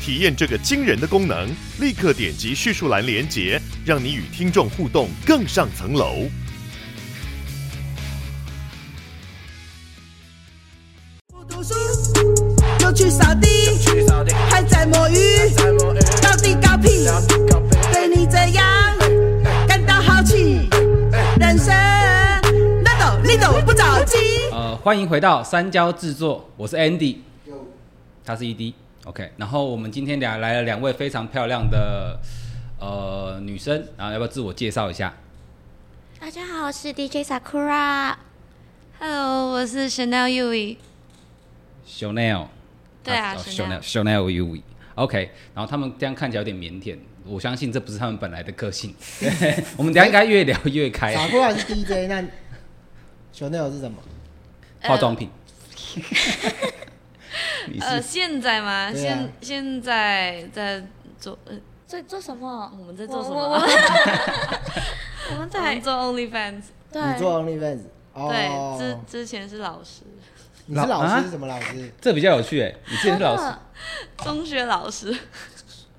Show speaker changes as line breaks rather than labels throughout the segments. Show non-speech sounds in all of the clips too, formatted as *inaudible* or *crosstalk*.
体验这个惊人的功能，立刻点击叙述栏连接，让你与听众互动更上层楼。
不读书就去扫地，还在摸鱼，到底搞屁？对你这样感到好奇，人生那懂你懂不着急。
呃，欢迎回到三焦制作，我是 Andy，他是 ED。OK，然后我们今天两来了两位非常漂亮的呃女生，然后要不要自我介绍一下？
大家好，我是 DJ Sakura。Hello，我是 Chanel Yui。
Chanel，
对啊
哦，Chanel
Chanel
Chanel U V。OK，然后他们这样看起来有点腼腆，我相信这不是他们本来的个性。我们等一下应该越聊越
*laughs*
开。
傻过来是 DJ，那 Chanel 是什么？
呃
化妆品， *laughs* 你
呃，
是
现在吗？
对啊
现现在在做，呃
在做什么？
我们在做什
我
么？
我们
我们 *laughs*
在
做 OnlyFans。
你
对
做 OnlyFans
对，之
哦，
之前是老师，
你是老
老
师
啊
是什么老师？
这比较有趣哎，你之前是老师，
哦
中学老师，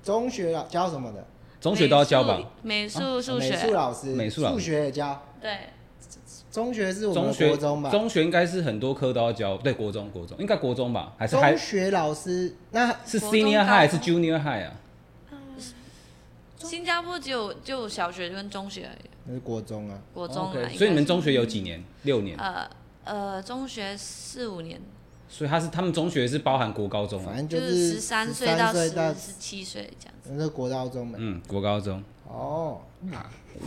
中学老教什么的？
中学都要教吧？啊
美术、美术、数
美术
学，
老师，
美术老师
数学也教。
对，
中学是我们
中
的
学
国中吧？
中学应该是很多科都要教，对，国中国中应该国中吧，还是还
中学老师那
是
国中
senior
高
high 还是 junior high 啊？
新加坡只有就小学跟中学而已，
那是国中啊，
国中啊
哦 OK，
应该是嗯
所以你们中学有几年？六年。
呃呃，中学四五年，
所以他是他们中学是包含国高中啊
反，正
就是十三
岁
岁到
十
十十七岁这样子。
那是国高中嘛。
嗯，国高中。
哦，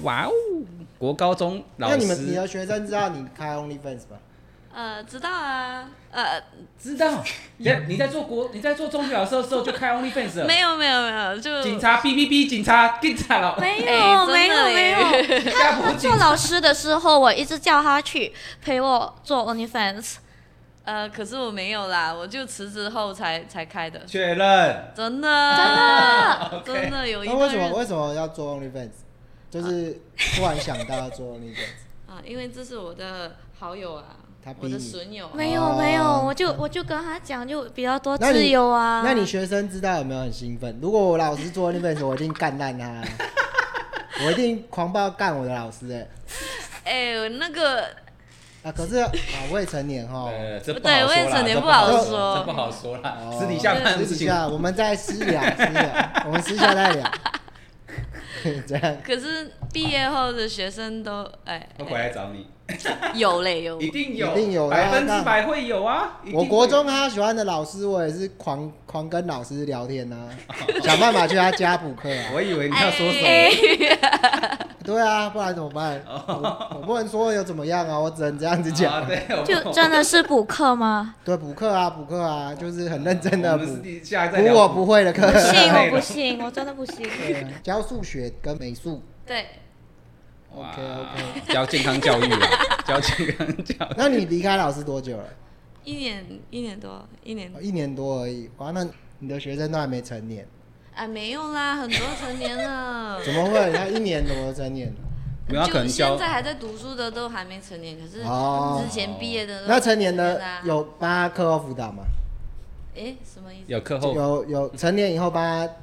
哇哦，国高中
那
老
你们你
师
的学生知道你开 OnlyFans 吗？
呃，知道啊，呃，
知道？你在你在做国你在做中学老师的时候就开 OnlyFans 了
没有没有没有，就
警察哔哔哔，警察警察了，
没
哎
有
真
没有
的
没
耶
有。
新加坡警
做老师的时候，我一直叫他去陪我做 OnlyFans。
呃，可是我没有啦，我就辞职后才才开的，
确认。
真的，真的，真的有一
那为
段
什么
日
为什么要做 OnlyFans？就是突然想到要做 OnlyFans，
啊，因为这是我的好友啊
他，
我
逼
的
你
损友啊，
没有没有，我就我就跟他讲，就比较多
*laughs* 那你
自由啊。
那你学生知道有没有很兴奋？如果我老师做 OnlyFans，我一定干烂
*laughs*
他啊，我一定狂暴干我的老师哎、
哎、那个
啊，可是啊，未成年哈，
呃，这不好
对
说啦
未成年
这
不好
说
说
这不好说啦，
哦
私底下看
私
不
底
清。
下我们在私聊，私
*laughs*
聊，我们私下再聊。 *laughs* 这样，
可是毕业后的学生都哎、
会回来找你，
有嘞有，
一定有，
一定有的啊
百分之百会有啊！一定
我
会
国中他喜欢的老师，我也是狂狂跟老师聊天呐、
哦
想办法去他家补课啊。
我以为你要说什么？
对啊，不然怎么办？我我不能说有怎么样啊，我只能这样子
哦啊
讲。 *laughs*
对，我
就真的是补课吗？
对，补课啊，补课啊，就是很认真
我
的补
们私底下再
补
聊
我不会的课。
不信，
累
我
了
不信，我真的不信。
*laughs* 对啊教数学跟美术。
对，
哇
OK，OK
教健康教育啊，
*laughs*
教健康教育。
那你离开老师多久了？
一年一年多一年
哦一年多而已。哇，那你的学生都还没成年，
啊没有啦，很多成年了，
*laughs* 怎么会？他一年怎么成年了？
没有他可能
就
教
现在还在读书的都还没成年，可是
哦
之前毕业的都
那成年的
啦
有帮他课后辅导吗？
哎、什么意思？
有课后
有有成年以后帮他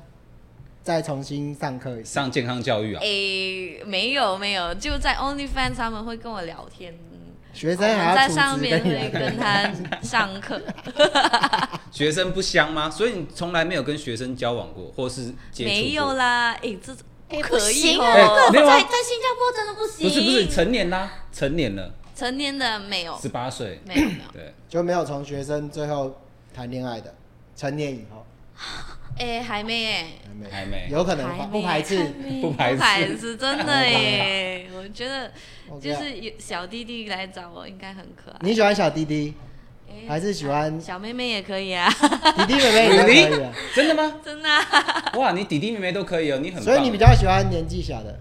再重新上课一次。
上健康教育啊
哎、，没有没有，就在 OnlyFans 他们会跟我聊天，
学
我
生
们
还要
哦在
出
上
资
面
跟你
会
聊
跟他上
*laughs*
课。 *laughs*
学生不香吗？所以你从来没有跟学生交往过，或是接触过
没有？啦，哎、这
哎，不
可以
行
哦、
啊，
哎
那
没
个
有啊
在在新加坡真的不行。
不是不是，成年啦，成年了，
成年的没有，
十八岁，
没有
哦
没有。
对，
就没有从学生最后谈恋爱的，成年以后
哎、还没哎、
还没
还没
有可能
还没
不排斥。
不排
牌
斥。
子真的耶、我觉得
OK
就是有小弟弟来找我应该很可爱。
你喜欢小弟弟，
哎、哎
还是喜
*laughs*
欢
小妹妹也可以啊， *laughs*
弟弟妹妹也都可以啊。
真的吗？
真的啊、
哇，你弟弟妹妹都可以哦，你很棒。
所以你比较喜欢年纪小的，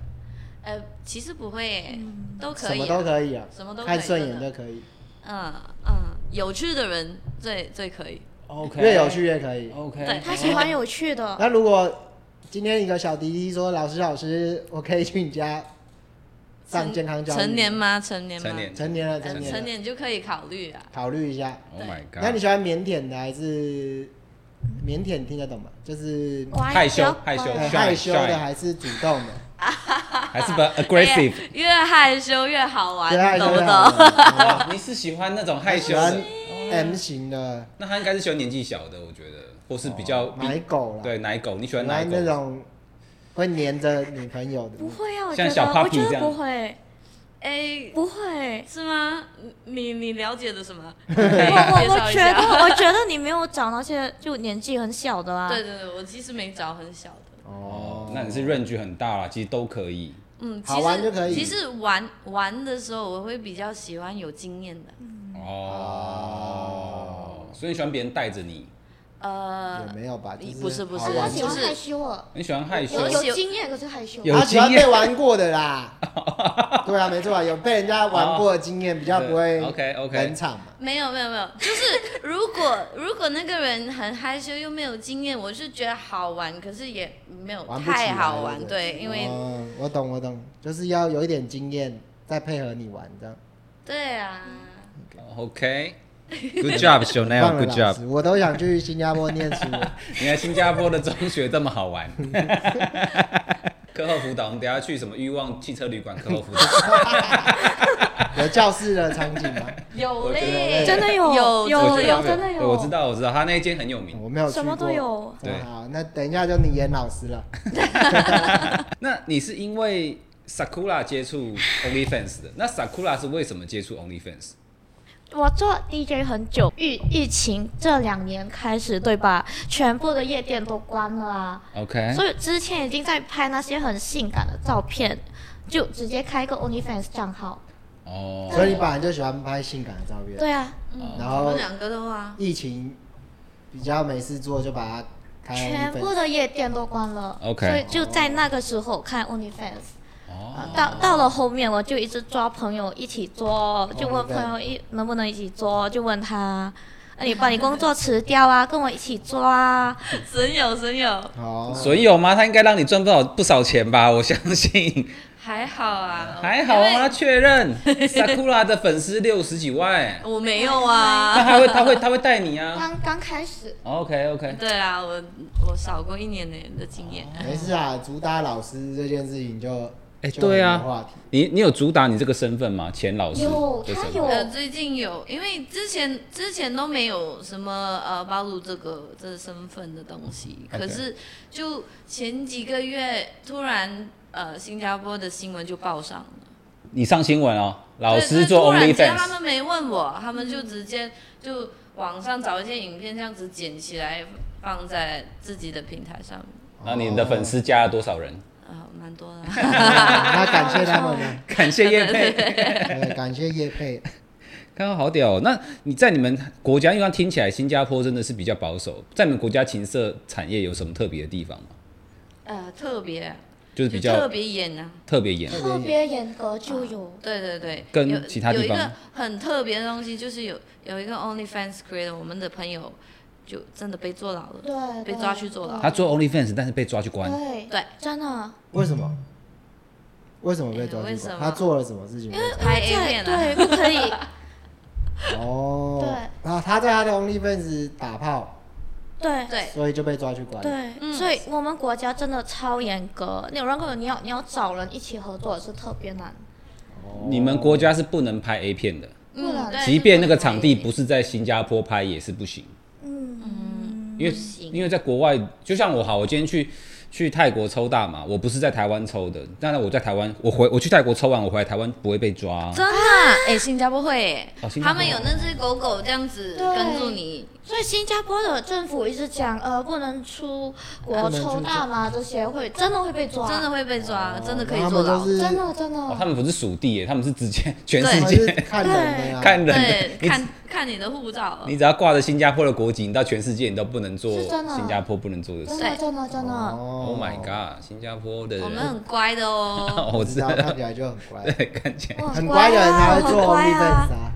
呃，其实不会耶，
嗯
都可
什
以、
么
啊，
都可以啊，
什么都可以
看顺眼
真的
就可以，
嗯嗯，有趣的人最最可以。
OK，
越有趣越可以。
OK，
对
他喜欢有趣的，
*laughs* 那如果今天一个小弟弟说：“老师，老师，我可以去你家上健康教育。”
成年吗？成年吗？
成年
成年了，
呃
成年
成
了，
年就可以考虑啊。
考虑一下。
，Oh my
那你
god，
喜欢腼腆的还是腼腆听得懂吗？就是
乖
害羞
比较
害羞
很
乖
害羞的
shy
还是主动的？
还是不 aggressive。
哎呀越害羞越好玩，
对，害
懂
羞
不
的
懂？
哎
好玩。
哇，你是喜欢那种害羞
*laughs* 喜欢
的，
M 型的
那他应该是喜欢年纪小的，我觉得，或是比较
哦奶狗啦，
对奶狗，你喜欢
喜
奶
欢那
狗？
种会黏着女朋友的。
不会啊，我觉
像
得
小 puppy
我觉
这
得
样
不会，
哎，。
不会
是吗？你你了解的什
*laughs*
么？
我我我
介绍一
觉
下
得我觉得你没有找那些就年纪很小的
*laughs*
啊。
对对对，我其实没找很小的。
哦，那你是 range 很大啦，其实都可以。
嗯，
好
其实
玩就可以
其实玩玩的时候，我会比较喜欢有经验的。
嗯
哦，所以你喜欢别人带着你，
呃
也，没有吧，就是
不是不是
好玩
他喜欢就是害
羞啊，
你喜欢害羞
有有
经验可是害羞
有
他喜欢
经验
被玩过的啦。
*laughs*
对啊，没错啊，有被人家玩过的经验，比较不会
哦对，OK，OK
冷场嘛。
没有没有没 *laughs* 有，就是如果如果那个人很害羞又没有经验，我是觉得好玩，可是也没有
玩不起来
太好玩，
对
对，因为、
哦，我懂我懂，就是要有一点经验，再配合你玩这样。
对啊，
？OK，Good job
棒了
Chanel，Good
老
job。
师，我都想去新加
*laughs*
坡念书了。
原来新加坡的中学这么好玩。 *laughs* 课后辅导，我们等一下去什么欲望汽车旅馆课后辅导？
有教室的场景吗？
有
我觉得
嘞，
真的有
有
*laughs* 有
真的
有真的
对我知道，我知道，他那一间很有名。
我没有去过。
什么都。有。
对
好，那等一下就你演老师了。
那你是因为 Sakura 接触 OnlyFans 的？那 Sakura 是为什么接触 OnlyFans？
我做 DJ 很久，疫疫情这两年开始，对吧？全部的夜店都关了啊，
OK，
所以之前已经在拍那些很性感的照片，就直接开一个 OnlyFans 账号。
哦，
所以你本来就喜欢拍性感的照
嗯
片。。
对啊，
然
我
后
们两个的话，
疫情比较没事做，就把它开
全
OnlyFans
部的夜店都关了
OK
所以就在那个时候看 OnlyFans。
哦，
啊到到了后面，我就一直抓朋友一起做，就问
明白
朋友一能不能一起做，就问他，啊你把你工作辞
*laughs*
掉啊，跟我一起做啊。
损友损友，
哦，
损友吗？他应该让你赚不少不少钱吧？ *laughs* 我相信，
还好啊，
还好啊。他确认 Sakura 的粉丝六十几万，
我没有
那
啊，
他会他会他会带你
*laughs*
啊。
刚刚开始，
OK OK，
对啊，我我少过一年的的经验，
哦
没事啊，主打老师这件事情就
哎
就
对啊
没话题
你你有主打你这个身份吗？前老师
有
的
他
身份
有
呃，最近有，因为之前之前都没有什么呃暴露这个这个身份的东西，
OK
可是就前几个月突然呃新加坡的新闻就报上了，
你上新闻哦，老
对
师
就
做
突然间他
OnlyFans，
们没问我，他们就直接就网上找一些影片这样子剪起来放在自己的平台上面，
那你的粉丝加了多少人？
啊、蛮多的。
*laughs*
那感谢他们呢，
感
*laughs*
谢叶佩，
对感谢叶佩。
刚刚好屌、哦。那你在你们国家，因为刚听起来新加坡真的是比较保守，在你们国家情色产业有什么特别的地方吗？
呃，特别
就是比
就特
较
别严啊。
特别严。
特别严格就有。
对对对，
跟
有
其他地
有一
方
个很特别的东西，就是有有一个 OnlyFans creator，我们的朋友就真的被坐牢了，
对，啊
被抓去坐牢。
他做 OnlyFans，但是被抓去关。
对
对，
真的，
为什么？为什么被抓
嗯
哎为
去
什
关？
么
他做了什么事情被抓？
拍 A 片啊，
对，不可以，
哦，
对，
然后他在他的 OnlyFans 打炮，
对
*laughs* 对，
所以就被抓去关。，
对、
嗯
所以我们国家真的超严格。你有任何人，你要你要找人一起合作是特别难。
你们国家是不能拍 A 片的，
不
嗯，
然
对
即便那个场地不，是在新加坡拍也是不行，
嗯，
因为因为在国外，就像我好，我今天去去泰国抽大麻，我不是在台湾抽的，当然我在台湾，我回我去泰国抽完，我回来台湾不会被抓啊、
真的，哎，新加坡会
哦新，加坡
他们有那只狗狗这样子
对
跟住你，
所以新加坡的政府一直讲，呃，不能出国抽大麻这些会真的会被抓，
真的会被
哦
抓，真的可以
他
坐
们
牢
都。是
真的真的。
哦
哦，他们不是属地耶，他们是直接全
他
世
们
界
是看人的呀。
*laughs* 看人的
对，，
你
看看你的护照了
你。只要挂着新加坡的国籍，你到全世界你都不能做
是真的
新加坡不能做的
真
事。
的真的真的，
哦
Oh my god！新加坡的人， *laughs*
我们很乖的哦，
我
我
知
知
道
道，，看起来就很乖，
*laughs* 对，看起来
我
很乖的啊人才会
我
做
很啊乖
OnlyFans
啊，
啊，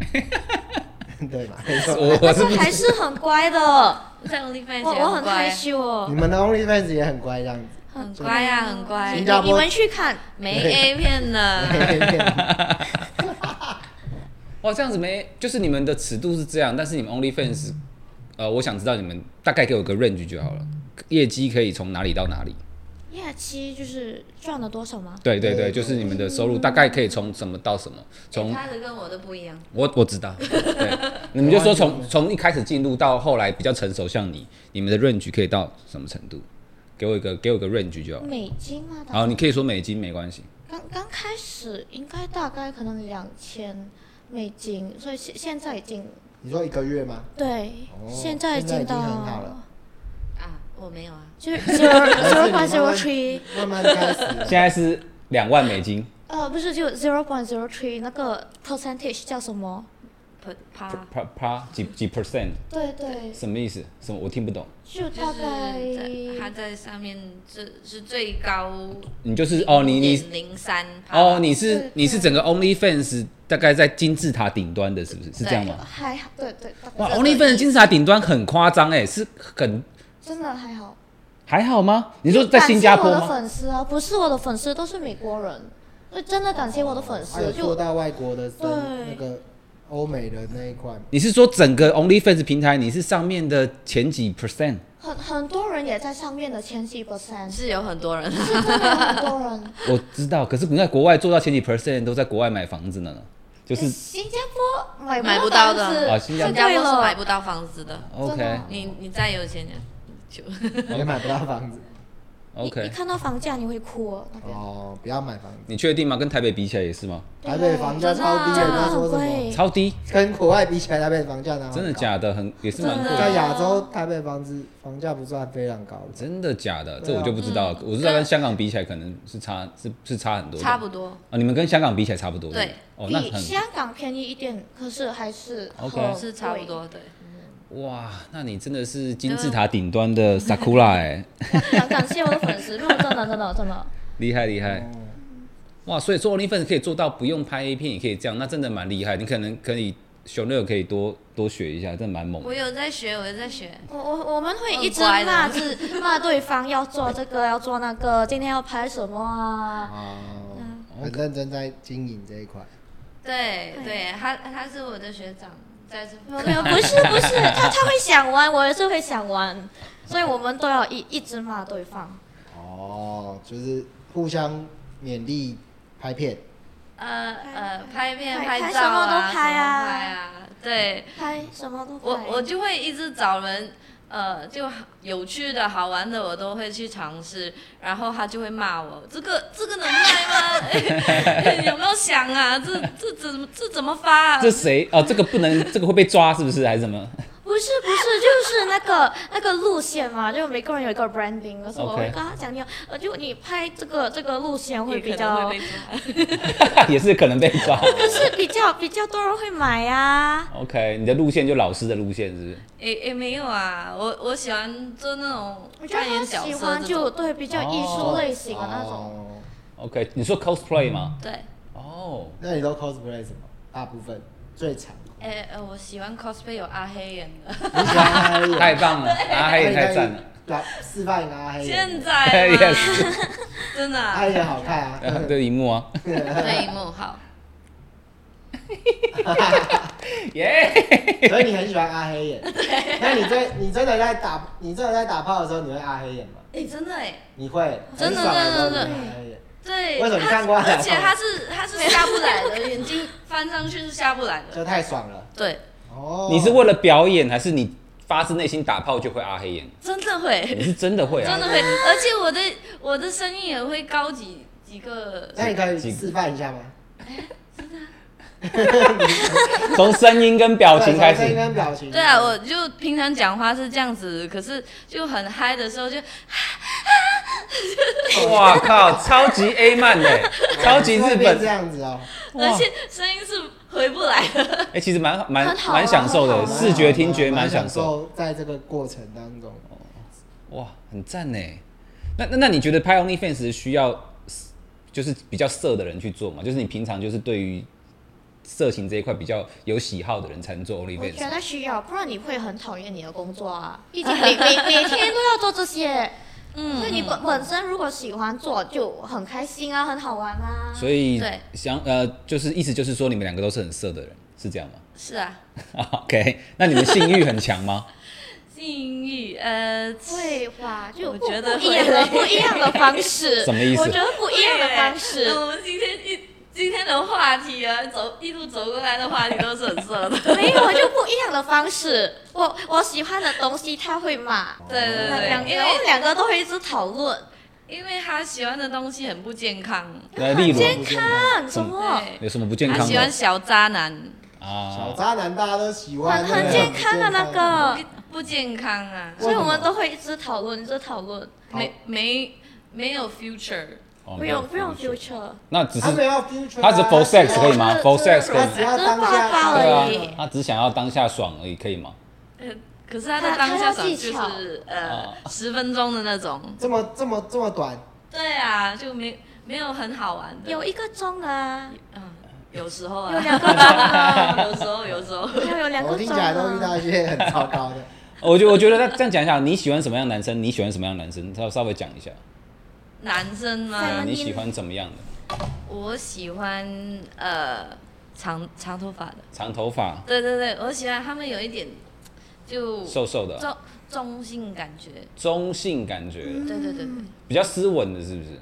*laughs* 对吧？没错
我我是不
还是很乖的，
在 OnlyFans
我
也
我很害
乖，
羞嗯
你
哦，
们的 OnlyFans 也很乖，
*laughs*
这样子。
很乖呀、啊，很乖
新，加坡
你们去看，
没 A 片呢。
*laughs* 哇，这样子没，就是你们的尺度是这样，但是你们 OnlyFans，呃，我想知道你们大概给我个 range 就好了，业绩可以从哪里到哪里？
夜期就是赚了多少吗？
对对对，就是你们的收入大概可以从什么到什么？从
他的跟我的不一样，
我我知道，对，你们就说从从一开始进入到后来比较成熟，像你，你们的 range 可以到什么程度？给我一个给我一个 range 就好了。
美金吗？
好，你可以说美金没关系。
刚刚开始应该大概可能两千美金，所以现现在已经
你说一个月吗？
对，
哦
现在
现在已
经
经
到
很好了
啊，我没有啊，
就是 zero
*laughs* 还
zero point zero
是你慢慢
three，
慢慢开
现
始。
在是两万美金
呃，不是就 zero point zero three 那个 percentage 叫什么？
啪
啊
啪，
啪啪几几 percent，
对对，
什么意思？什么我听不懂。
就
就
大
是
概
在他在上面这是最高
你就是哦，你你
零三
哦，你
对
是
对
你是整个 OnlyFans 大概在金字塔顶端的，是不是？是这样吗？
还好，对对，大概
哇
这个
，OnlyFans 的金字塔顶端很夸张哎，是很
真的还好。
还好吗？你说在新加坡
感谢我的
吗？
粉丝啊，不是我的粉丝，都是美国人，所以真的感谢我的粉
还有
哎
丝。
做
就
到外国的生
对
那个欧美的那
*laughs*
一块吗，
你是说整个 OnlyFans 平台你是上面的前几 percent？
很很多人也在上面的前
*laughs*
几 percent，
是有很多人，啊
是
啊
真的很多人。
我知道，可是你在国外做到前几 percent 都在国外买房子呢，就是
新加坡买
买不
不
到
到
的
啊
房子
新加
太
新加
贵
坡是买
了。
不到房子的，
真的
OK
哦
你你再有钱点就 *laughs*
也买不到房子。
你
OK，
你看到房价你会哭哦，那边
哦，不要买房子，
你确定吗？跟台北比起来也是吗？
台北房价超低的，
真
你
的
在说
很
什么？
贵。
超低，
跟国外比起来，台北房价哪有
真的
高？
假的？很也是蛮贵
在
的，
亚洲，台北房子房价不算非常高的。
真的假的？这
对啊
我就不知道了。我知道跟香港比起来可能是差是是差很多的，
差不多。
哦，你们跟香港比起来差不多。
对
是不是，哦，那
比
很
香港便宜一点，可是还是
OK
很
是差不
贵。
多，对，
哇，那你真的是金字塔顶端的 Sakura 哎、
感感谢我的粉丝，没有真的真的真的。
厉害厉
哦
害。哇，所以做 OnlyFans 可以做到不用拍 A 片也可以这样，那真的蛮厉害。你可能可以 Chanel 可以多多学一下，真的蛮猛的
我。有在学，我有在学，
我我我们会一直
很乖的
骂自骂对方要做这个要做那个，今天要拍什么啊？
哦，很认真在经营这一块。
对对，他他是我的学长，在这
没有没有，不是不是，他他会想玩，我也是会想玩，所以我们都要一一直骂对方。
哦，就是互相勉励拍片。
呃呃拍片拍
拍拍
照
什么
啊，
都拍啊
什么拍啊，对
拍什么都拍。
我我就会一直找人。呃，就有趣的、好玩的，我都会去尝试，然后他就会骂我，这个这个能卖吗？ *laughs* 有没有想啊？这这怎这怎么发、啊？
这谁哦？这个不能，这个会被抓是不是？还是什么？ *laughs*
不是不是，就是那个那个路线嘛，就每个人有一个 branding，可是我
OK
会跟他讲，你要呃，就你拍这个这个路线会
也
比
可能
较
会，被抓
也是可能被抓。 *laughs*
可是比较比较多人会买啊。
OK，你的路线就老师的路线是不是？
也也没有啊，我我喜欢做那种
我觉得
扮演
他
角
喜
色
欢
这
就
种，哦
对比较艺术类型的那种。
哦，
OK，你说 cosplay 吗？
对，
嗯
哦，
那你都 cosplay 什么？大部分
*laughs*
最长，
哎呃，我喜欢 cosplay 有阿黑演的，
你喜欢阿黑
太
眼？
*laughs*
棒了，阿黑也太赞了。
来示范一个阿黑
现
眼，
在嘛
*laughs* yes，
真的啊
阿，黑眼好看啊。
呃 *laughs* 对荧幕啊，
对幕好，
耶！
所以你很喜欢阿黑眼。那你真你真的在打你真的在打炮的时候，你会阿黑眼吗？
哎真的哎，
你会？
真的
很爽时候
真的
你会阿黑眼
对，
为什么你看过啊
他而且他是他是下不来的，眼睛翻上去是下不来的，
*laughs* 就太爽了。
对，
哦，
你是为了表演，还是你发自内心打炮就会阿黑眼？
真的
你
会，
是真的会啊
真？的会，而且我的我的声音也会高几几个，
那你可以
几
示范一下吗？
从声音跟表情开
对从声
始，
音跟表情。
对啊，我就平常讲话是这样子，可是就很嗨的时候就 *laughs*
哇
*laughs*
靠，超级 A 漫的，超级日
你会变这
本，
样子哦。
而且声音是回不来了。
*laughs*
哎、其实蛮蛮
很好啊
蛮享受的，
很好啊
视觉、听觉蛮
蛮
享受，
受在这个过程当中。
哇，很赞呢。那那那你觉得拍 OnlyFans 需要就是比较色的人去做吗？就是你平常就是对于色情这一块比较有喜好的人才能做
我觉
OnlyFans？
得需要，不然你会很讨厌你的工
*laughs*
作啊！毕竟每每每天都要做这些，
嗯
所以你本本身如果喜欢做，就很开心啊，很好玩啊。
所以
对
想呃，就是意思就是说你们两个都是很色的人，是这样吗？ *laughs*
是啊，
OK，那你们性欲很强
*laughs*
吗？
性欲呃，
会吧，就
我
不
觉得
不一样的
会
不一样的方
*laughs*
式。
什么意思
我觉得不一样的方式
对。我们今天一今天的话题啊，走一路走过来的话题都是很色
*laughs*
的。
没有，就不一样的方式。我我喜欢的东西他会骂，
对对
两
对，因
个我们
为
两个都会一直讨论。
因为他喜欢的东西很不健康，
那例如
健
看什么？
对，
有什么不健
他
康
喜欢
的
小渣男，
小
啊？
渣男大家都喜欢，
很很
对
健
不对
康的那，个，
不健康啊，
所以我们都会一直讨论，一直讨论。
没没没有 future。
哦
不用不用啊 future，
那只是
他没有 future，啊
他只 for sex
他只
可以吗
就是
？for sex 可
他
以
只
吗？
要
只是
当
抱抱
下
而
对啊
已，
他只想要当下爽而已，可以吗？
呃可是他的当下爽就
他他要
是呃
啊
十分钟的那
*laughs*
种，
这么这么这么短，
对啊，就没没有很好玩的。
有一个钟啊，
嗯，有时候啊，
有两个钟啊，
*laughs* 有时候有时候，
要有两
我
个
听
钟
起来都
啊。
遇到一些很糟糕
*laughs*
的。
我觉我觉得那这样讲一下，你喜欢什么样的男生？你喜欢什么样的男生？稍稍微讲一下，
男生
嗯
吗
对，？你
因
喜欢怎么样的？
我喜欢呃长长头发的，
长头发，
对对对，我喜欢他们有一点就
瘦啊瘦的，
中中性感觉，
中性感觉的，
对对对对，
比较斯文的，是不是？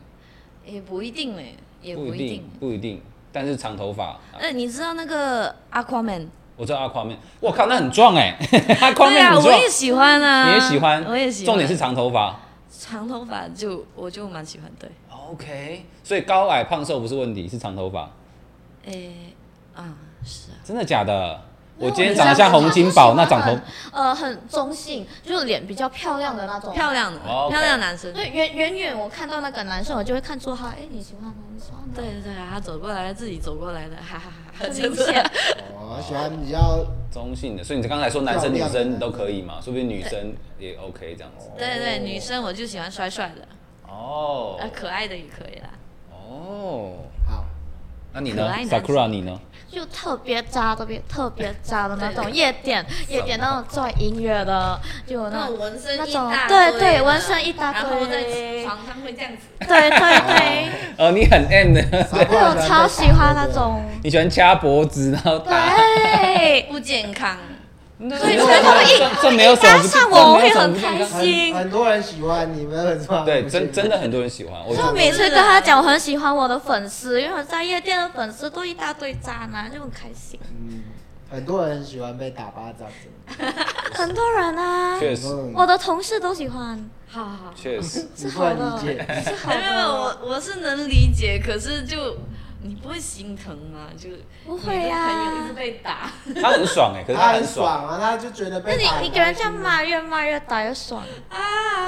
也不一定哎，也
不
不一
一定
定。，
不一定。但是长头发，啊
呃，你知道那个 Aquaman？
我知道阿宽面，我靠，那很
*laughs*
壮哎，阿宽
对
面
啊，
很
我
壮，
也喜欢啊，
你也喜欢，
我也喜欢。
重点是长头发。
长头发就我就蛮喜欢，对，
OK，所以高矮胖瘦不是问题，是长头发。
诶、啊，是啊，
真的假的？我今天长得像洪金宝，那长头
呃很中性，就是脸比较漂亮的那种。
漂亮的、
哦，OK
漂亮男生，
所以远远远我看到那个男生，我就会看出他，哎，你喜欢吗？你喜欢吗？
对对对啊，他走过来，自己走过来的，哈哈
*laughs*
哈，
很
真
明
的
显，
我哦喜欢比较
中性的，所以你刚才说男生女生都可以嘛？
啊
说不定女生也 OK 这样子。
对对，女生我就喜欢帅帅的，
哦
呃
啊，可爱的也可以啦。
哦，
好，
那你
可
呢
爱男生
？Sakura 你呢？
就特别渣，特别特别渣的那种
对
夜店，夜店那种做音乐的，
那
就那
种纹身
那
一
种
大
对
堆
对，
的
纹身一大
然后
堆
在，床上会这样子，
对对对，
*laughs*
哦，你很 M 的，
傻瓜
我超喜欢那。种，
*laughs* 你喜欢掐脖子，然后打。 *laughs*
对，
*laughs* 不健康。
对，所以他们
这
一
这没有什么
搭
不，
上
这
我，我
没
会
有什
很
么不健
开
康
很
心。
很多人喜欢你们，很多
对，真真的很多人喜欢，我
就
就
每次跟他讲我很喜欢我的粉丝，因为我在夜店的粉丝都一大堆渣男，就很开心。
很多人喜欢被打巴掌，真
很多人啊，
确
的很多
实
人
我的同事都喜欢，啊
好好好，
确实，
你不能理解。
是好
没有没有，
的，
我我是能理解，可是就你不会心疼吗？就
不
你的
会啊呀、
朋友一直被打。
他 *laughs* 很爽哎，可是
他
他
很
很爽，
爽啊，他就觉
那
得被打
你你给人家骂，越骂越打越爽啊，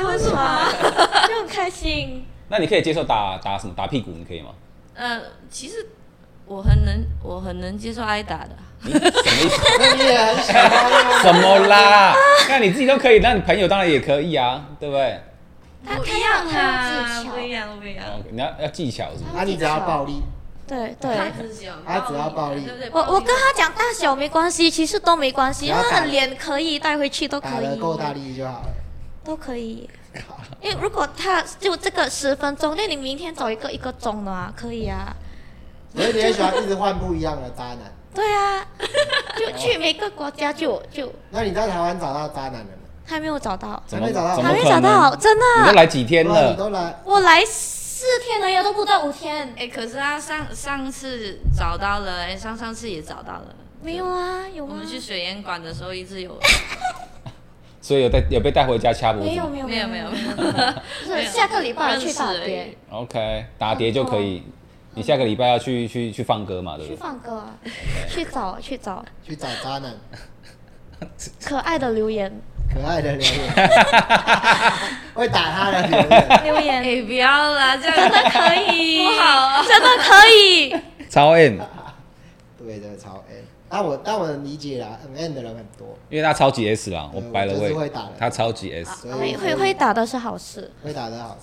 为什么？ *laughs* 就很开心。
那你可以接受打打什么打屁股，你可以吗？
呃，其实我很能，我很能接受挨打的。
你什么意思？
那你也很喜欢啊。
*laughs* 什么啦？那你自己都可以，那你朋友当然也可以啊，对不对？
他
不
他
一
要
样
他有技
啊，
巧
不一样，不一样。
哦你要要技巧是不是？
啊，你只要暴力，
对
他
对，
只喜欢
他只要暴力
对不对？
我
暴力
我跟他讲大小没关系，其实都没关系，
只要打
他的脸可以带回去都
打
可
得
以，
够大力就好了。
都可以。因为如果他就这个十分钟，那你明天找一个一个钟的啊，可以啊。
所以你也喜欢一直换不一样的渣男。
对啊，就
*laughs*
去每个国家就就
那你在台湾找到渣男了吗？
还没有找到，
怎么
还没找到
怎么
还没
可
找到，
能？
真
你都
的。
来几天
哇你
了？
都来，
我来四天了呀，都不到五天。
哎，可是他上上次找到了，哎，上上次也找到了。
没有啊，有
我
吗
们？去水烟馆的时候一直
*laughs*
有，
所以有带有被带回家掐脖子吗？
没有没有
没有没有没有，
是下个礼拜我去打碟，
OK，打碟就可以。你下个礼拜要去去去放歌嘛，对
去
不对？
放歌啊，去找去找
去找渣男，
可爱的留言
可爱的留言， *laughs* 会打他的留言。
留
*laughs*
言，
哎，不要啦，这样
真的可以，
不好啊
真的可以，
超 M，
对的，超 N。但我但我能理解啦，很 N 的人很多，
因为他超级 S 啦，我
对
白
我
了
就是
位
会打人，
他超级 S，
所以
哎
会会会打的是好事。
会打得好。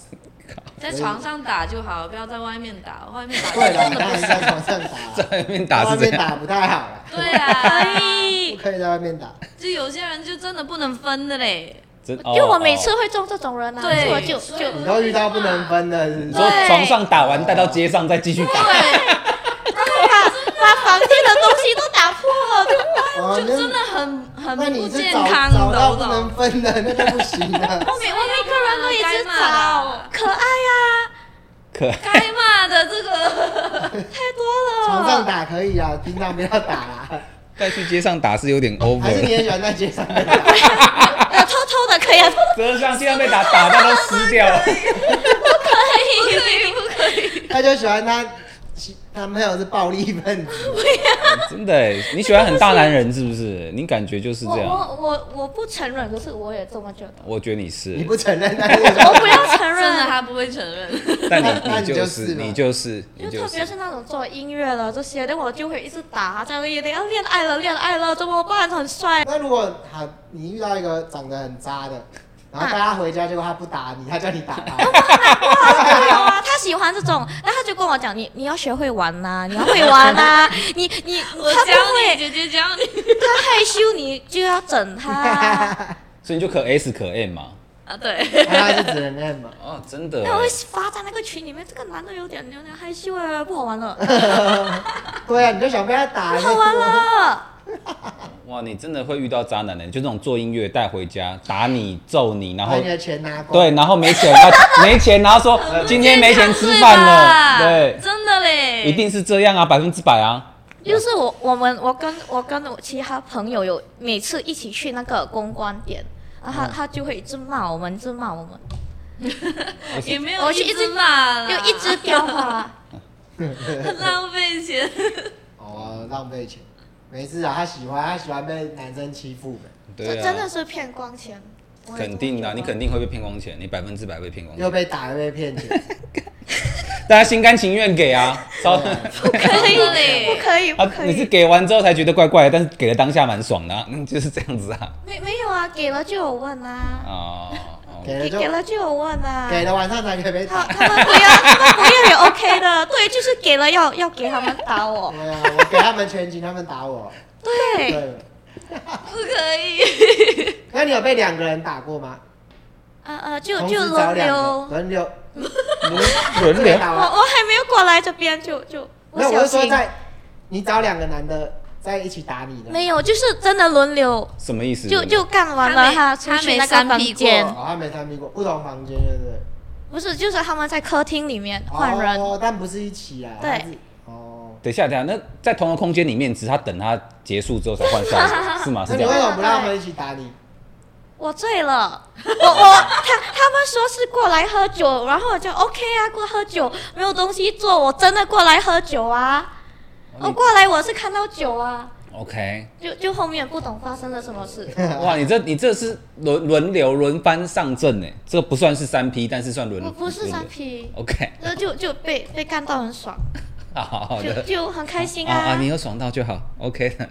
在床上打就好，不要在外面打，外面打
会啦，
真的
当
不
然
行。
在床上
*laughs*
打
在
啦，
外面打
外
是这
面
样，
打不太好啦，
对啊，
哎
不可以在外面打。
就有些人就真的不能分的嘞。
真
因为我每次
哦
会中这种人啊，所
对
以我就就
你都遇到不能分的，是不
你
是
说
对
床上打完带到街上再继续打，
对，
把把房间的东西都打破了，就 *laughs*
哇
就
那
真的很很
那
不
你是
健
找
康
找
的，
到
我
不
懂
能。分的，那就不行
*laughs*
每我
了。
每个人都一直
该骂
找
的，
可爱呀、
可
该骂的这
*laughs*
个，
太多了。
床上打可以 *laughs* 啊，平常不要打啦。
再去街上打是有点
哦还是你
over。
也喜欢在街上被打？
呃偷偷的可以啊，偷偷
折上街上被打打到都湿掉了，
不可以，不可以。
他就喜欢他男朋友是暴力分子，
真的欸。你喜欢很大男人是不是？你感觉就是
我
这样。
我我我不承认，可是我也这么觉 *laughs* 得。
我觉得你是
你，不承认他是
我不要承
真的，
认，啊
他不会承认。
*laughs* 但你你
那你
就
就是是嘛
你就是你
就
就
特
是
别。是那种做音乐了这些，但我就会一直打，这样一定要哎恋爱了，恋爱了怎么办？很 *laughs* 帅，
那如果他你遇到一个长得很渣的，然后带他回家，结果他不打你，他叫你打
*laughs*
他，
好啊，他喜欢这种，那他就跟我讲，你你要学会玩呐、你要会玩呐、你你
我
他
教
不会
你，，姐姐教你。
他害羞你就要整他啊、
所以你就可 S 可 M 嘛。
啊，对，
他就只能认嘛。
哦，真的
那我会
欸。
发在那个群里面，这个男的有点有点害羞啊，不好
*laughs*
玩了，
对啊，你就想被他打，
不好玩了。
哇，你真的会遇到渣男的，欸就那种做音乐带回家打你揍你，然
把
后
你的钱拿光。
对，然后没钱，他 *laughs* 没钱，然后说今天没钱吃饭了，
对
对
吧，，真的嘞，
一定是这样啊，百分之百啊。
就是我我们我跟我跟我其他朋友有每次一起去那个公关点，然
嗯
后他他就会一直骂我们，一直骂我们，
也没有
我去
一
一
直
直
啊
骂啦，
就一直飙他。
很浪费钱。
哦，浪费钱，没事啊，他喜欢，他喜欢被男生欺负呗，
*laughs* 对
这
啊，
真的是骗光钱。我也
肯定的啊，
这么觉得
你肯定会被骗光钱，你百分之百被骗光
又
钱，
被打又被骗钱，
大家心甘情愿给
*laughs*
啊，超
不 *laughs* 可以
真的嘞
不可以，不
啊，
可
你是
以，
给完之后才觉得怪怪的，但是给了当下蛮爽的啊，嗯，就是这样子啊，
没没有啊，给了就有问啊，
哦，哦
给了
给
就
给了就有问啊，
给了晚上才可以被
他
打。
他们不要，他们不要也 OK 的。对，就是给了要要给他们打
*laughs*
我。
对啊，我给他们全勤，他们打我。
*laughs* 对，
对，
不可
哎
以，
那你有被两个人打过吗？
呃呃，就
同
就
时找
轮
两
流
个。轮
*laughs*
流
轮流
被打
我
完。
我还没有过来这边就就我
那我
小
是说
心。
在你找两个男的在一起打你的。
没有，就是真的轮流，
什么意思？
就就干完
他
了
没
哈，出
他没
去那个
三
房
屁股
间，
哦，他没参与过，不同房间对不对？
不是，就是他们在客厅里面换人，
哦，但不是一起啊。
对
他是。哦，
等一下，等一下，那在同一个空间里面，只是他等他结束之后才换下一
*laughs*
个，是吗？
那
是
你
这
为
嗯
样。
什么不让他们一起打你？
我醉了，我我 *laughs* 他他们说是过来喝酒，然后我就 OK 啊，过喝酒没有东西做，我真的过来喝酒啊，我过来我是看到酒啊。
OK，
就就后面不懂发生了什么事，
哇，你这你这是轮轮流轮番上阵呢，这不算是三 P，但是算轮。
不不是
轮流
三 P，
OK，
那就就被被干到很爽，
好好好
就
的。
就很开心
啊啊，
啊
你。有爽到就好，OK 的。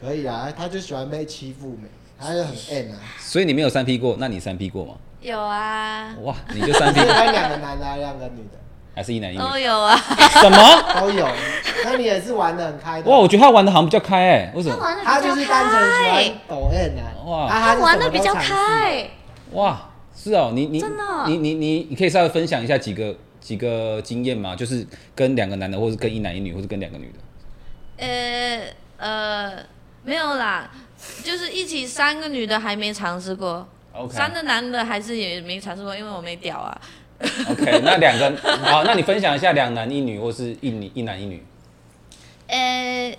可以啊，他就喜欢被欺负没，他就很 M 啊。
所以你没有三 P 过，那你三 P 过吗？
有啊，
哇，你就三 P，
*laughs*
所以 *laughs* 他两个男的，两个女的
还是一男一女？
哦
都有啊。
什么？
都有。那你也是玩的很开的。
哇，我觉得他玩的好像比较开哎，为什
他
么？
玩的哦
*laughs* 他
比
就
较
是单纯喜
开，
欢抖 M 啊。
哇
啊
他
是
玩
什
的
么
比
都
较
尝试。
开，
哇，是哦，你你
真的
你你你你可以稍微分享一下几个几个经验吗？就是跟两个男的，或是跟一男一女，或是跟两个女的。
呃呃，没有啦，就是一起三个女的还没尝试过
OK
三个男的还是也没尝试过，因为我没屌啊。
OK，那两个好，那你分享一下两男一女，或是一女一男一女。
呃，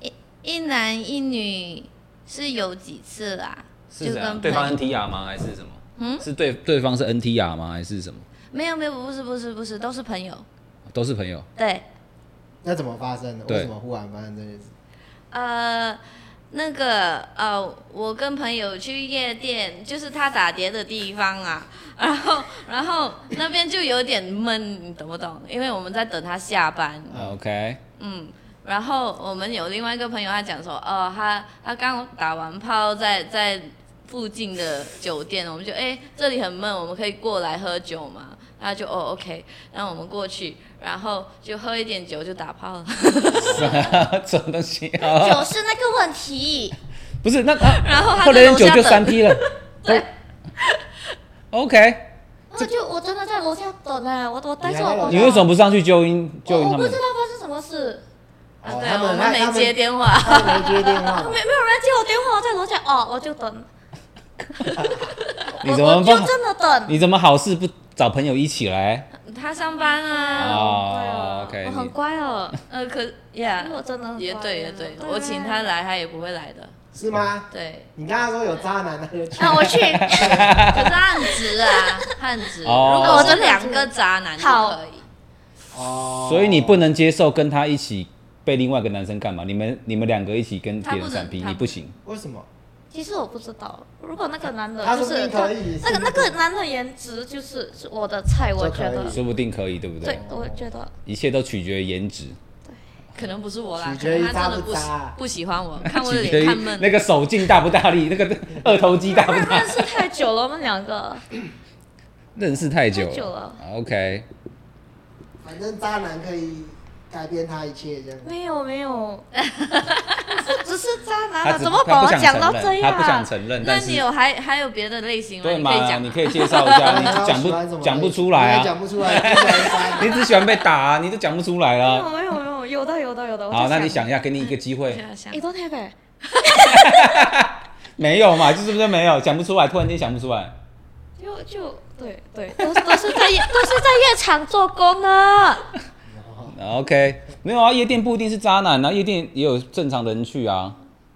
一一男一女是有几次啦，
是
就
怎样？
跟
对
朋友
方 NTR 吗？还是什么？嗯，是对对方是 NTR 吗？还是什么？
没有没有不是不是不是都是朋友，
都是朋友。
对，
那怎么发生的？
对
为什么忽然发生这件事？
呃，那个呃，我跟朋友去夜店，就是他打碟的地方啊， *laughs* 然后然后那
啊
边就有点闷，你懂不懂？因为我们在等他下班，
OK， *laughs*
嗯，然后我们有另外一个朋友，他讲说，哦，他他刚打完炮在，在附近的酒店，我们就哎这里很闷，我们可以过来喝酒嘛。他就哦 OK，然后我们过去，然后就喝一点酒就打炮了。 *laughs*
什么东西啊？
酒是那个问题，
不是，那他
然哦后他
后来
在
人
楼
酒
下
就
等
三批了。
*laughs* 对
OK，
啊
那就我真的在楼下等哎，我我待
你
着
还在
哦
我
楼
你为什么不上去纠音
我
纠音
我
他
不
们
知？道发生什么事，
啊
哦
对，
他
我
们
们没接电话。
他们没接电
*laughs*
话
没
嘛，
没有人接我电话，我在楼下哦，我就等，
你
我
怎么
我就
不？
真的等。
你怎么好事不找朋友一起来？
他上班啊，
哦，OK，
我
你
很乖哦，
呃，可
因为我
yeah，
真的很
也
乖
对
啊
也对，我请他。来，他也不会来的。
是吗？
对，
你刚刚说有渣男，他就去
啊，我去， *laughs*
可是他很直 *laughs* 啊，他很直。
哦
如果是两个渣男就可以，
哦，
所以你不能接受跟他一起被另外一个男生干嘛？你们你们两个一起跟别人闪
他不
避，
能
你不行。
为什么？
其实我不知道，如果那个男的
他
就
说不
是
定可以
那个那个男的颜值就是是我的菜，我觉
就可
得
以，
说不定可以，对不对？
嗯对，我觉得
一切都取决于颜值，
可能不是我啦，
取
可
决于
能他真的不
渣不渣
喜不喜欢我，看我的
取决
脸
于
看闷。
那个手劲大不大力，那 *laughs* 个二头肌大不大。
*laughs* 认识太久了，我们两个
认识太久了。
太久了
OK，
反正渣男可以改变他一切这样。
没有没 *laughs* 有，只是渣男
他
啊，
只
怎么
他
把
不
我
想
讲到
承
这
认，他
样？啊
不想承认，
那
但是
你有还还有别的类型吗？
对
你可以
嘛？
讲
你
吗。
可以介绍一
*laughs*
下，啊你
他
讲
喜欢什
不
么类
讲不出来
你也
啊
讲？不出来，就喜欢渣
你 *laughs*
男。
只喜欢被打啊，你都讲不出来
没
了。
有没有没有，有的有的有的。我在
好，那你想一下，给你一个机
*laughs*
会
对，啊想
，You don't have it。
没有嘛？就是不是没有，讲不出来，突然间想不出来。
就就对 *laughs* 对，都都是在夜都是在夜场做工啊。
OK，没有啊，夜店不一定是渣男啊，夜店也有正常的人去啊，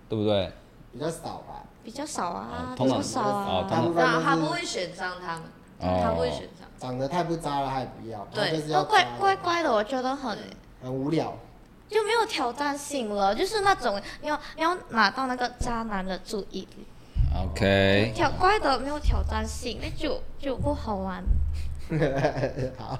对不对？
比较少吧，
比较少啊，
通
比
常
较少
哦
啊。
通
大部
常
分
那他
都
不
是
会选上他们，
哦
他不会选上。
长得太不渣了，他也不要，他
对
就是要
都
渣
怪怪怪的，我觉得很
很无聊。 *laughs*
就没有挑战性了，就是那种要要拿到那个渣男的注意力。
哦 OK，
挑怪的没有挑战性，那就就不好玩。
好，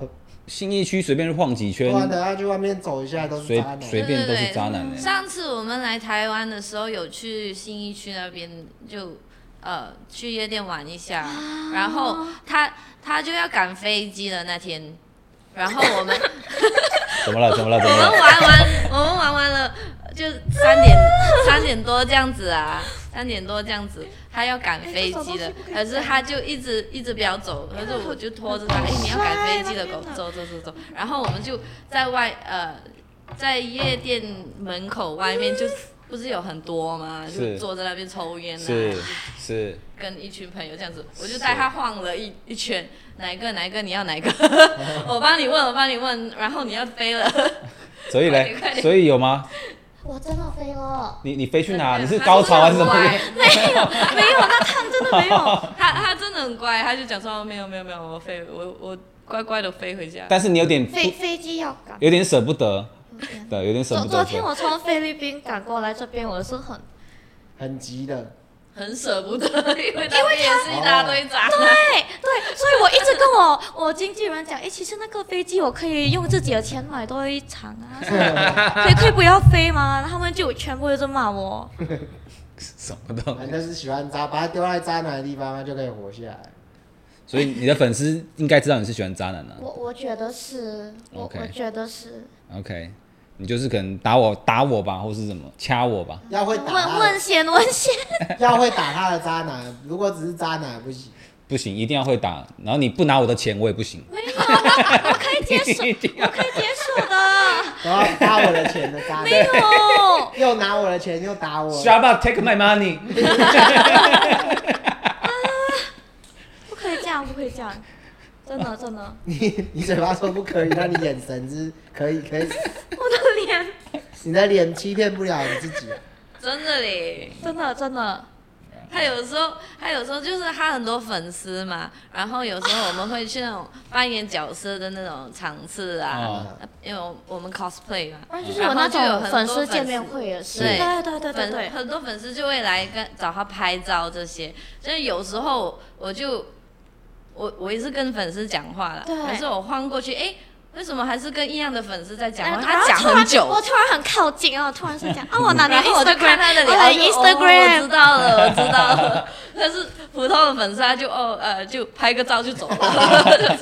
新一区随便晃几
不
圈，
然啊等下去外面走一下都是
随
渣男。
随便都是渣男
对对对嗯
欸
上次我们来台湾的时候，有去新一区那边就呃去夜店玩一下，然后他他就要赶飞机了那天，然后我们
怎么了？怎么了？怎
我 *laughs*
么
们
了？
玩完我们玩完了就三
*laughs*
点三点多这样子啊。三点多这样子，他要赶飞机
哎
了，可是他就一直一直不要走，可是我就拖着他，哎，你要赶飞机了，狗，走走走走。然后我们就在外呃在夜店门口外面就不是有很多吗？
是
就坐在那边抽烟啊，
是是，
跟一群朋友这样子，我就带他晃了一一圈，哪一个哪一个你要哪一个， *laughs* 我帮你问，我帮你问，然后你要飞了，
所以
快点快
嘞，
点
所以有吗？
我真的飞了，
你你飞去 *laughs* 哪？你是高潮还是什么？
没有没有，那趟真的没有。
*laughs* 他他真的很乖，他就讲说、哦没有没有没有，我飞我我乖乖的飞回家。
*laughs* 但是你有点
飞飞机要赶。
有点舍不得，
嗯
对，有点舍
昨
不
昨
得。*laughs*
天我从菲律宾赶过来这边，我是 *laughs* 很
很急的，
很舍不得， *laughs* 因为那边也是一大
哦
堆渣男。
对哎对，所以我一直跟 *laughs* 我我经纪人讲，哎，其实那个飞机我可以用自己的钱买多一场 *laughs* 啊，什么的可以可以不要飞吗？他们就全部都是骂我，
什么都
反正是喜欢渣，把他丢在渣男的地方，他就可以活下来。
所以你的粉丝应该知道你是喜欢渣男啊的、
我我觉得是，我
OK
我觉得是，
OK，你就是可能打我打我吧，或是什么掐我吧。
要会打
问
他
问先问 *laughs* 先，
的，要会打他的渣男，如果只是渣男不行。
不行，一定要会打。然后你不拿我的钱，我也不行。
没有，我可以接受，
一定
我可以接受 *laughs* 的，哦
然后花我的钱的渣
没
男，
有，
又拿我的钱又打我，
Shut up, take my money。
不可以这样，不可以这样，真的真的，
你你嘴巴说不可以，那你眼神是可以可以，
我的脸
你的脸欺骗不了你自己、啊
真的嘞，
真的真的，
他有时候，他有时候就是他很多粉丝嘛，然后有时候我们会去那种扮演角色的那种场次啊，
哦
因为我们 cosplay 嘛，
不然就是有那
然后就有
种
很多
粉丝
粉丝
见面会也是，
对
对对对对
粉
对。
很多粉丝就会来跟找他拍照这些，所以有时候我就我我也是跟粉丝讲话了，
对
可是我晃过去，哎，为什么还是跟一样的粉丝在讲话？
然后
他讲很久，
我哎突然很靠近，然后突然是
*laughs*
讲，啊，我哪里
然后我就看他的脸，
我的
哦我
Instagram，
知道了，我知道了。但是普通的粉丝他就哦呃就拍个照就走
*laughs*
了，
没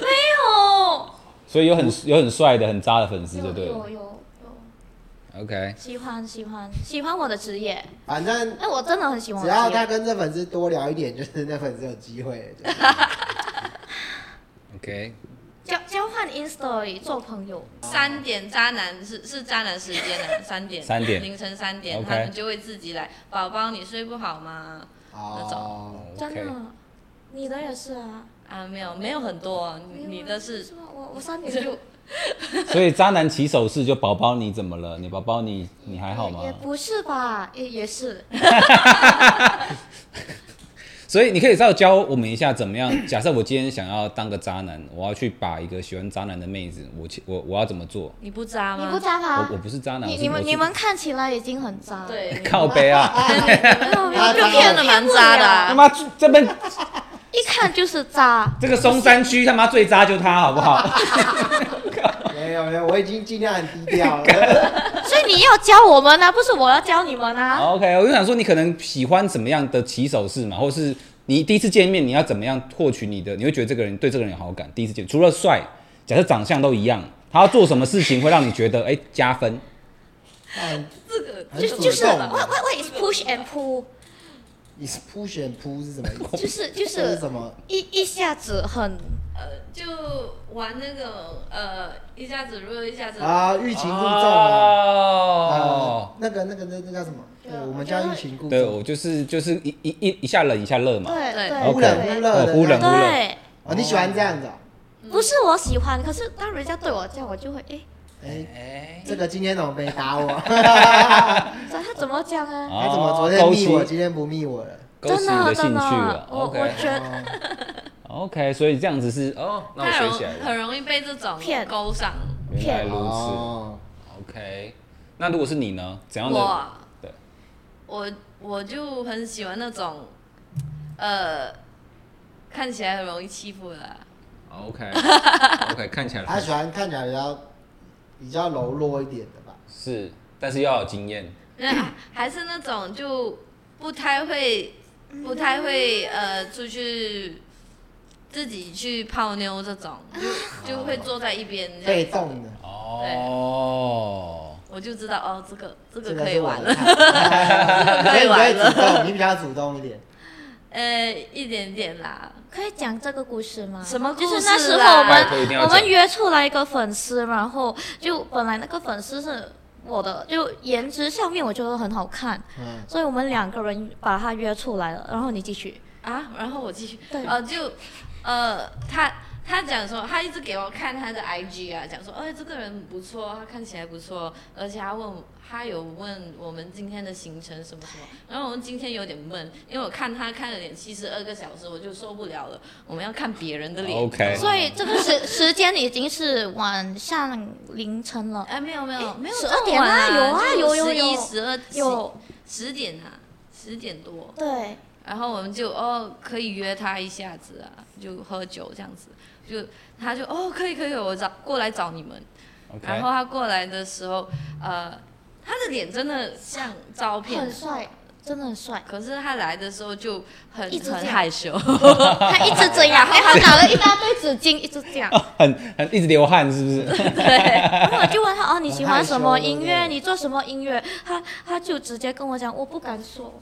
所以有很有很帅的、很渣的粉丝就
有，
对
有有
了。
有
OK，
喜欢喜欢喜欢我的职业，
反正
哎，我真的很喜欢我
只
的职业。
要他跟这粉丝多聊一点，就是那粉丝有机会。
OK，
交交换 Insta 做朋友，
三点渣男是是渣男时间啊，三点
三点
凌晨三点
OK
他们就会自己来，宝宝你睡不好吗？
*laughs*
哦，
真
OK
的，你的也是啊。
啊没有没有很多，
没有
你你
啊
的是
是吗？我我三点就
所以渣男起手式就宝宝你怎么了？你宝宝你你还好
也
吗？
不是吧，也也是。
所以你可以稍微教我们一下怎么样？假设我今天想要当个渣男，我要去把一个喜欢渣男的妹子，我去我我要怎么做？
你不渣
你
吗？
不渣吧
我我？不是渣男，
啊你
我是
你
我
们
是
你们看起来已经很渣，，
对，
靠背啊！
*laughs*
他
就骗的蛮渣的
他
啊。
妈这边
一看就是渣。
这个松山区他妈最渣就他好不好？
没有没有，我已经尽量很
*laughs*
低调了。
所以你要教我们啊，不是我要教你们啊。
OK，我就想说，你可能喜欢什么样的起手式嘛，或是你第一次见面你要怎么样获取你的，你会觉得这个人对这个人有好感。第一次见，除了帅，假设长相都一样，他要做什么事情会让你觉得哎、加分？
这
个
就就是，what
啊
what what is push and pull，
你是扑选扑是什么意
哦
思？
就是就
这是
是
什么？
一一下子很
呃，就玩那个呃，一下子弱，一下子
啊，欲擒故纵啊！
哦
啊，，那个那个那那叫什么？对，我们叫欲擒故
对
纵
我。就是就是一一一一下冷一下热嘛。
对
对
忽冷忽热的。
哦忽冷忽热
对，
哦，你喜欢这样子哦？
不是我喜欢，可是当人家对我这样，我就会哎，
哎，
哎
这个今天怎么没
*laughs*
打我？
这他怎么讲啊？
他哎怎么昨天
哦勾
密
起
我，今天不密我了？
勾起你
真
的
的啊
兴趣
真
了
的，我我
OK
觉得。
OK，所以这样子是哦，那我
太容
学起来了。
很容易被这种
骗
勾上。
原来如此
哦，
，OK。那如果是你呢？怎样
啊
的？
我啊
对，
我我就很喜欢那种，呃，看起来很容易欺负的啊、 *laughs*
OK OK，看起来
他喜欢看起来比较比较柔弱一点的吧？
是，但是要有经验。
那 *laughs* 还是那种就不太会，不太会呃出去自己去泡妞这种，就就会坐在一边这
被
样。
动的，
哦，
我就知道哦，这个这
这
个
个
可以
是我
玩
的
了，
菜。所以你会主动，你比较主动一点。
呃，一点点啦。
可以讲这个故事吗？
什么故
就是
事啊
那时
啦
候我
拜托一定
们
要
我
讲
们约出来一个粉丝，然后就本来那个粉丝是我的，就颜值上面我觉得很好看，
嗯，
所以我们两个人把他约出来了。然后你继续，
啊，然后我继续，
对
呃，就，呃，他他讲说，他一直给我看他的 IG 啊，讲说，哎，这个人不错，他看起来不错，而且他问，他有问我们今天的行程什么什么，然后我们今天有点闷，因为我看他看了点七十二个小时，我就受不了了，我们要看别人的脸。
啊 OK
所以这个时时间已经是晚上凌晨了，
哎，没有没有没有
12
这么
点
晚
啊有啊有有
十一
有
十二
有
十点啊，十点多。
对，
然后我们就哦可以约他一下子啊，就喝酒这样子，就他就哦可以可以，我找过来找你们。然后
OK，
他过来的时候，呃，他的脸真的像照片，
很，帅，真的很帅 *laughs*
可是他来的时候就很
一直这样
很害羞，
他一直这样，然后他拿了一大堆纸巾，一直这 *laughs* 样。
*laughs* 很很一直流汗是
*laughs*
不是？
对，
然后我就问他哦，你喜欢什么
很害羞
音
对
乐？
不对
你做什么音乐？他他就直接跟我讲，我不敢说。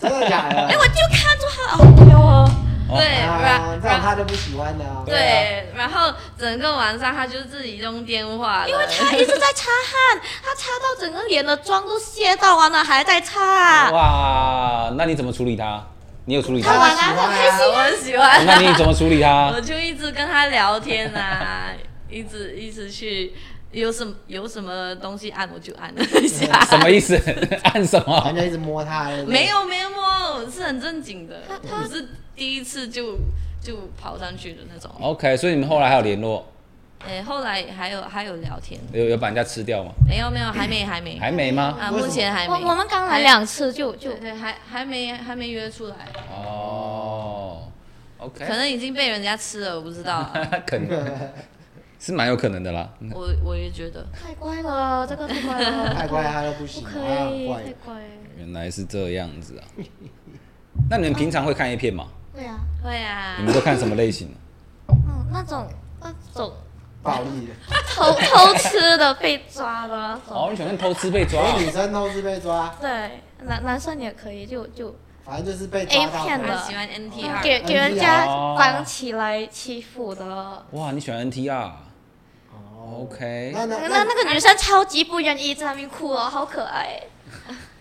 真的假的？
我就看住他，哦，有哦，
*laughs* 对，
啊
然，
这样他
然
就不喜欢的啊。
对，然后整个晚上他就自己用电话了，
因为他一直在擦汗，他擦到整个脸的妆都卸到完了，还在
啊
擦。
哇，那你怎么处理他？你有处理
他
他？
玩啊，他
*laughs*
开
我
心啊。
很喜欢，
那你怎么处理他
*laughs* 我？就一直跟他聊天啊，一直一直去，有什么有什么东西按我就按 *laughs* 一下。
嗯什么意思？ *laughs* 按什
反
么？
正一直摸他。对不对
没。有没有摸，我是很正经的，我是第一次就就跑上去的那种。
OK，所以你们后来还有联络，
哎、后来还有还有聊天，
有有把人家吃掉吗？
没有没有，还没还没
还没吗？
啊，目前还没。
我我们刚来两次就就
对对，还还没还没约出来，
哦
可
，OK，哎 *laughs*
能已经被人家吃了，我不知道啊、
可能是蛮有可能的啦。
我我也觉得，
太乖了，这个太乖了， *laughs*
太乖他都不
不
行，
可
啊
以，
怪
太哎乖。
原来是这样子啊。那你们平常会看 A 片吗？
对啊，
会啊
你，们都看什么类型？
嗯，那种那种
暴力的。
偷偷吃的被抓的那种，
哦，你喜欢偷吃被抓
所
啊
以？女生都是被抓，
对，男男生也可以，就就
反正就是被抓
A
到
片
我
的
喜欢 NTR。
给给人家
哦
绑起来欺负的。
哇，你喜欢 NTR？
哦，
OK，
那那
那那个女生超级不愿意，在那边哭哦，好可爱。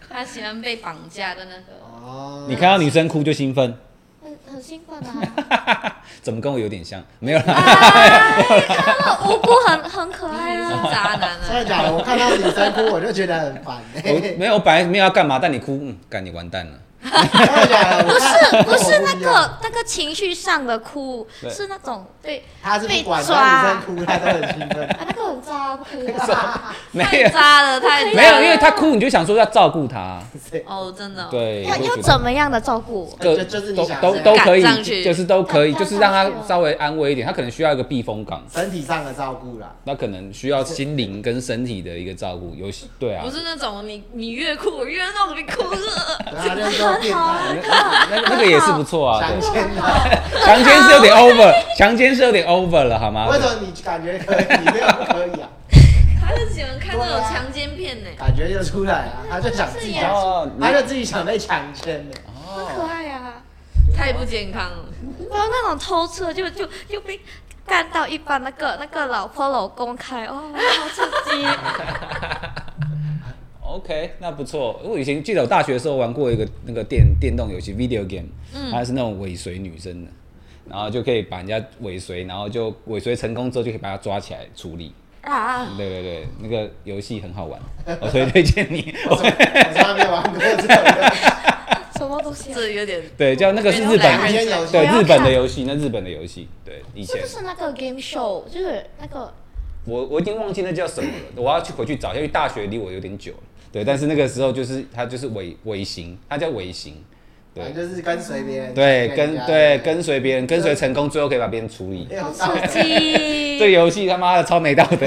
他喜欢被绑架的那个，
哦，
你看到女生哭就兴奋， *laughs*
很很兴奋啊！
怎么跟我有点像？没有啦，
*laughs* 那无辜很很可爱
嗯
你
*laughs*
是
啊。
渣男
真的
啊！
假的？我看到女生哭，我就觉得很烦、
我
欸。
*laughs* 没有，我本来没有要干嘛，但你哭，嗯，干你完蛋了。
*laughs* 真的假的？不是
不是那，个那个情绪上的哭，
对
是那种被
他是不管
被
他
抓
女生哭，他都很兴奋。
啊 *laughs* 那个很渣，不可以啊。
没
太
有，
渣了，太
没有，因为他哭，你就想说要照顾他。
哦，真的哦，
对，
*laughs*
我
要要
觉得
怎么样的照顾？
各
就就是你
都
想
都
要
都可以
赶上，去
就是都可以，
赶
就是让
赶上去
他
哦
稍微安慰一点。他可能需要一个避风港，
身体上的照顾
*laughs*
啦，
那可能需要心灵跟身体的一个照顾。有对啊
不，是那种你你越哭我越让你哭了，
然后啊他就说变态，
那那个也是不错 *laughs* 啊。
啊强
对，
奸他。
强奸是有点 over，强奸是有点 over 了，好吗
为？什么你感觉可以，你没有不可以啊？
他就喜欢看那种强奸片呢。
感觉就出来了，他就想自己
是呀
想，
哦，
他就自己想被强奸
*laughs*
的。
好可爱啊！
太不健康了，
然后那种偷吃的就就就被干到一般，那个那个老婆老公开哦，好刺激。
OK，那不错。我以前记得我大学的时候玩过一个那个电电动游戏 video game，它是那种尾随女生的，然后就可以把人家尾随，然后就尾随成功之后就可以把她抓起来处理。
啊！
对对对，那个游戏很好玩，我推推荐你。
我从我从来没有玩过这个，
什么东西啊、
这有点
对，叫那个是日
两个
强
本，
奸
人
游戏
对
我要
日本的
看
游戏，那日本的游戏，对以
是
前
不是那个 game show？就是那个
我我已经忘记那叫什么了，我要去回去找一下，因为大学离我有点久了。对，但是那个时候就是它就是尾尾行，它叫尾行，对
反正就是跟随别人，
对，
强奸人
跟
家
对跟随别人，跟随成功，最后可以把别人处理。
*laughs*
没有
好
道理
刺
这
激。
个游戏他妈的超没道德，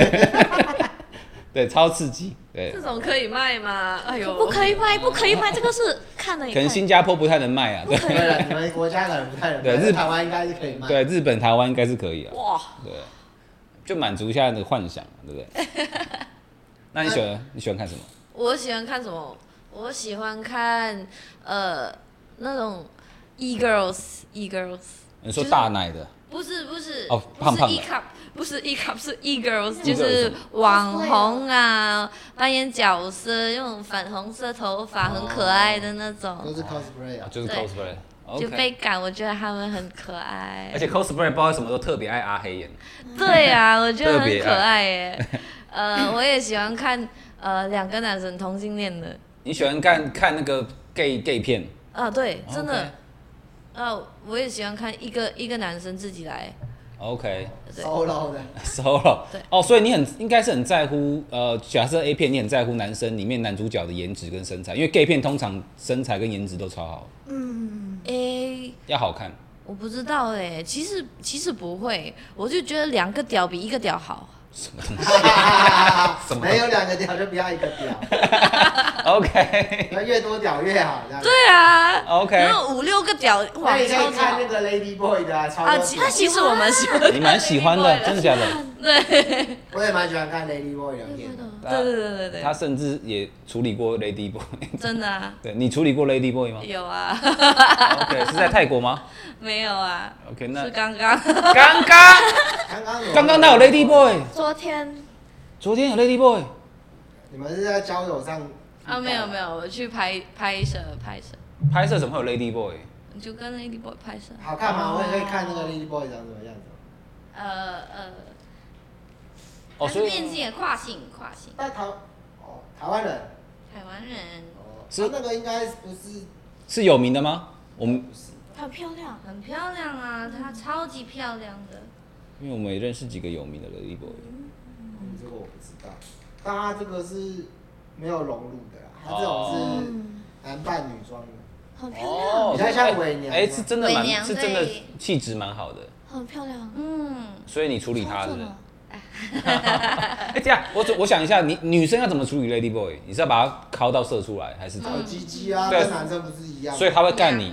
*laughs* 对，超刺激，对
这，种可以卖吗？哎呦，
不可以卖，不可以卖，这个是看了也
可能
看。
新加坡不太能卖啊，对
对了，你们国家可能不太能，
对
但
日
是台湾应该是可以卖。
对，日本、台湾应该是可以啊，
哇，
对，就满足一下你的幻想，对不对？那你喜欢你喜欢看什么？
我喜欢看什么？我喜欢看呃那种 e girls e girls，
你说大奶的，
不是不是
哦
不
胖
是
胖
e
的
cup，不是 e cup 是 e girls，就是网红啊，扮演角色，用粉红色头发，很可爱的那
都
种，
是 cosplay 啊，
就是
对
cosplay。
就
哦 OK，
被感，我觉得他们很可爱
而。且 cosplay 不知道为什么都特别爱阿黑眼，
对啊，
*laughs*
我觉得
特别啊
很
爱
可爱耶。呃，我也喜欢看呃两个男生同性恋的，
你喜欢看看那个 gay gay 片，
啊对，真的
哦 OK。
啊，我也喜欢看一个一个男生自己来，
OK
对
*laughs*
solo 的，
solo
对
哦，所以你很应该是很在乎呃，假设 A 片你很在乎男生里面男主角的颜值跟身材，因为 gay 片通常身材跟颜值都超好，
诶、
要
*laughs*
好看。
我不知道哎、其实其实不会，我就觉得两个屌比一个屌好。
没有两个屌就不要一个屌，
OK
那越多屌越好。这样，
对啊
OK
然后五六个屌
那
哇，
你可
超
以
级
看
好
那个 Lady Boy 的啊，超
啊！
多
其
屌
其实我蛮喜 *laughs* 欢，
你蛮喜欢的，真的假的？ *laughs* 啊
我也蛮喜欢看 Lady Boy 的片的，
*laughs* 对对对对
他
对，
甚至也处理过 Lady Boy， *laughs*
真的啊，
对你处理过 Lady Boy 吗
有啊， *laughs*
？OK 是在泰国吗
没有啊，
？OK 那
是刚
*laughs*
刚
刚刚
刚刚我
刚刚那有 Lady Boy，
昨天
昨天有 Lady Boy，
你们是在交友上
啊，没有没有，我去拍拍摄拍摄，
拍摄怎么会有 Lady Boy？
就跟 Lady Boy 拍摄，
好看吗？我也可以看那个 Lady Boy 长什么样子。
呃呃，
哦，
他
所
是
以
变性的跨性跨性
但台哦，台湾人
台湾人，
哦，
是
他那个应该不是
是有名的吗？我们
很漂亮，
很漂亮啊，她超级漂亮的。
因为我们也认识几个有名的 Lady Boy，
嗯，这个我不知道。但他这个是没有融入的啦，他这种是男扮女装的。
很漂亮，
哦
比较像伪娘
哎、是真的
伪
蛮，
娘
是真的
对
气质蛮好的，
很漂亮。
嗯，
所以你处理他
超
的
正
人
啊
哎
*laughs* 哎，这样我我想一下，你女生要怎么处理 Lady Boy？你是要把他敲到射出来，还是怎
还有
么？
鸡鸡啊，
对
跟男生不是一样吗？
所以他会干你？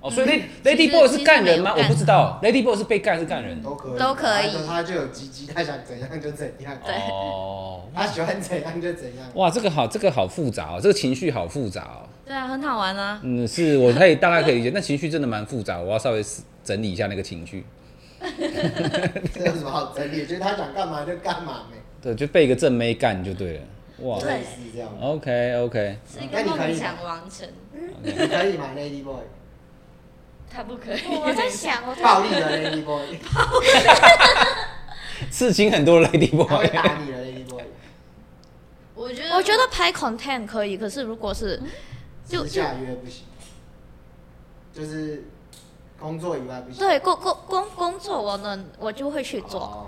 哦，所以 Lady Lady
啊嗯其实
Boy 是干人吗？
其实没
我
有干
不知道，Lady Boy 是被干是干人？
都可以，
都可以
反正他就有鸡鸡，他想怎样就怎样，
对
哦，
他喜欢怎样就怎样。
哇，这个好，这个好复杂哦，这个情绪好复杂哦。
对啊，很好玩啊。
嗯，是我可以大概可以理解，那情绪真的蛮复杂，我要稍微整理一下那个情绪。
这有什么好整理？就是他想干嘛就干嘛呗，
对，就被一个正妹干就对了。哇
啊
对
类似这样。
，OK OK，
是一
那
个
你可以
梦想完成，
你可以吗，Lady Boy？
他不可以。
我在想，我在
暴力的 Lady
*laughs*
Boy，
刺青很多的 Lady
他会
Boy，
打你的 Lady Boy，
我觉得，
我觉得拍 content 可以，可是如果是就
私下约不行，就是工作以外不行。
对工工工工作，我能我就会去做。
哦。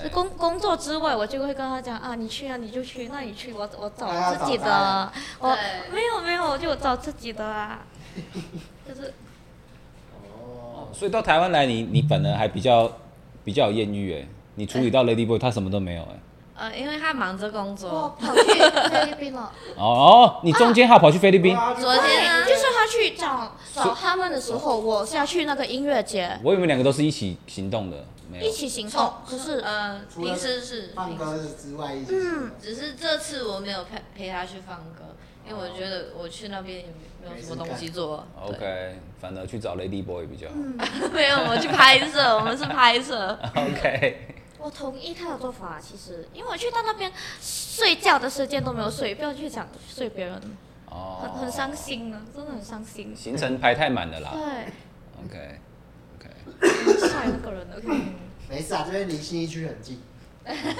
是
OK，
工工作之外，我就会跟他讲啊，你去啊，你就去，那你去，我我找
啊
自己
找他
的，我
对
没有没有，我就找自己的啊，就是
哦，
所以到台湾来你，你反而还比较比较有艳遇哎，你处理到 Lady Boy，他什么都没有哎。
呃，因为他忙着工
我
哦
作，
跑去菲律宾了。
哦哦，你中间还跑去菲律宾，
昨天啊
*laughs* 对，就是他去找找他们的时候，我是要去那个音乐节
我以为两个都是一起行动的，没
一
有。
起行动，可是 *laughs*
呃，
除了
平时是
放
平时
歌之外一起什
嗯
么，
只是这次我没有陪陪他去放歌，因为我觉得我去那边也没有什么东西做。对
OK，反而去找 Lady Boy 比较好。
嗯
没有，我去拍
*laughs*
摄，我们是拍摄。
*laughs* OK，
我同意他的做法。其实，因为我去到那边睡觉的时间都没有睡，不要去想睡别人，
哦，
很很伤。心呢，真的很伤心。
行程排太满了啦。
对，
OK OK，
帅那个人的， *laughs*
没事啊，这边离新一区很近，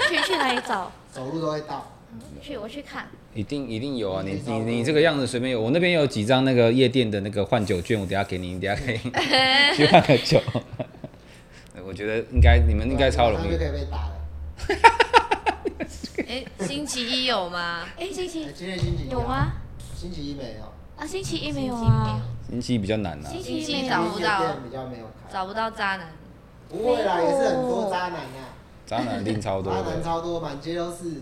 去去哪里找？
走路都会到。
去我去看。
一定一定有啊！你
你
你你这个样子随便有，我那边有几张那个夜店的那个换酒券，我等一下给你，你等一下可以去换个酒。对我觉得应该你们应该超容
马上
易
啊就可。以被打了。
哎，星期一有吗？
哎，星期
哎今天星期一啊
有？吗？
星期一没有，
啊，星期一没有啊，
星期一比较难啊。
星期一没
找
有
不。到
夜店比较没有开。
找不到渣男，
不会啦，
没
也
有
是很多渣男啊，
渣男一定超多
*laughs* 渣男
的，
超多，满街都是。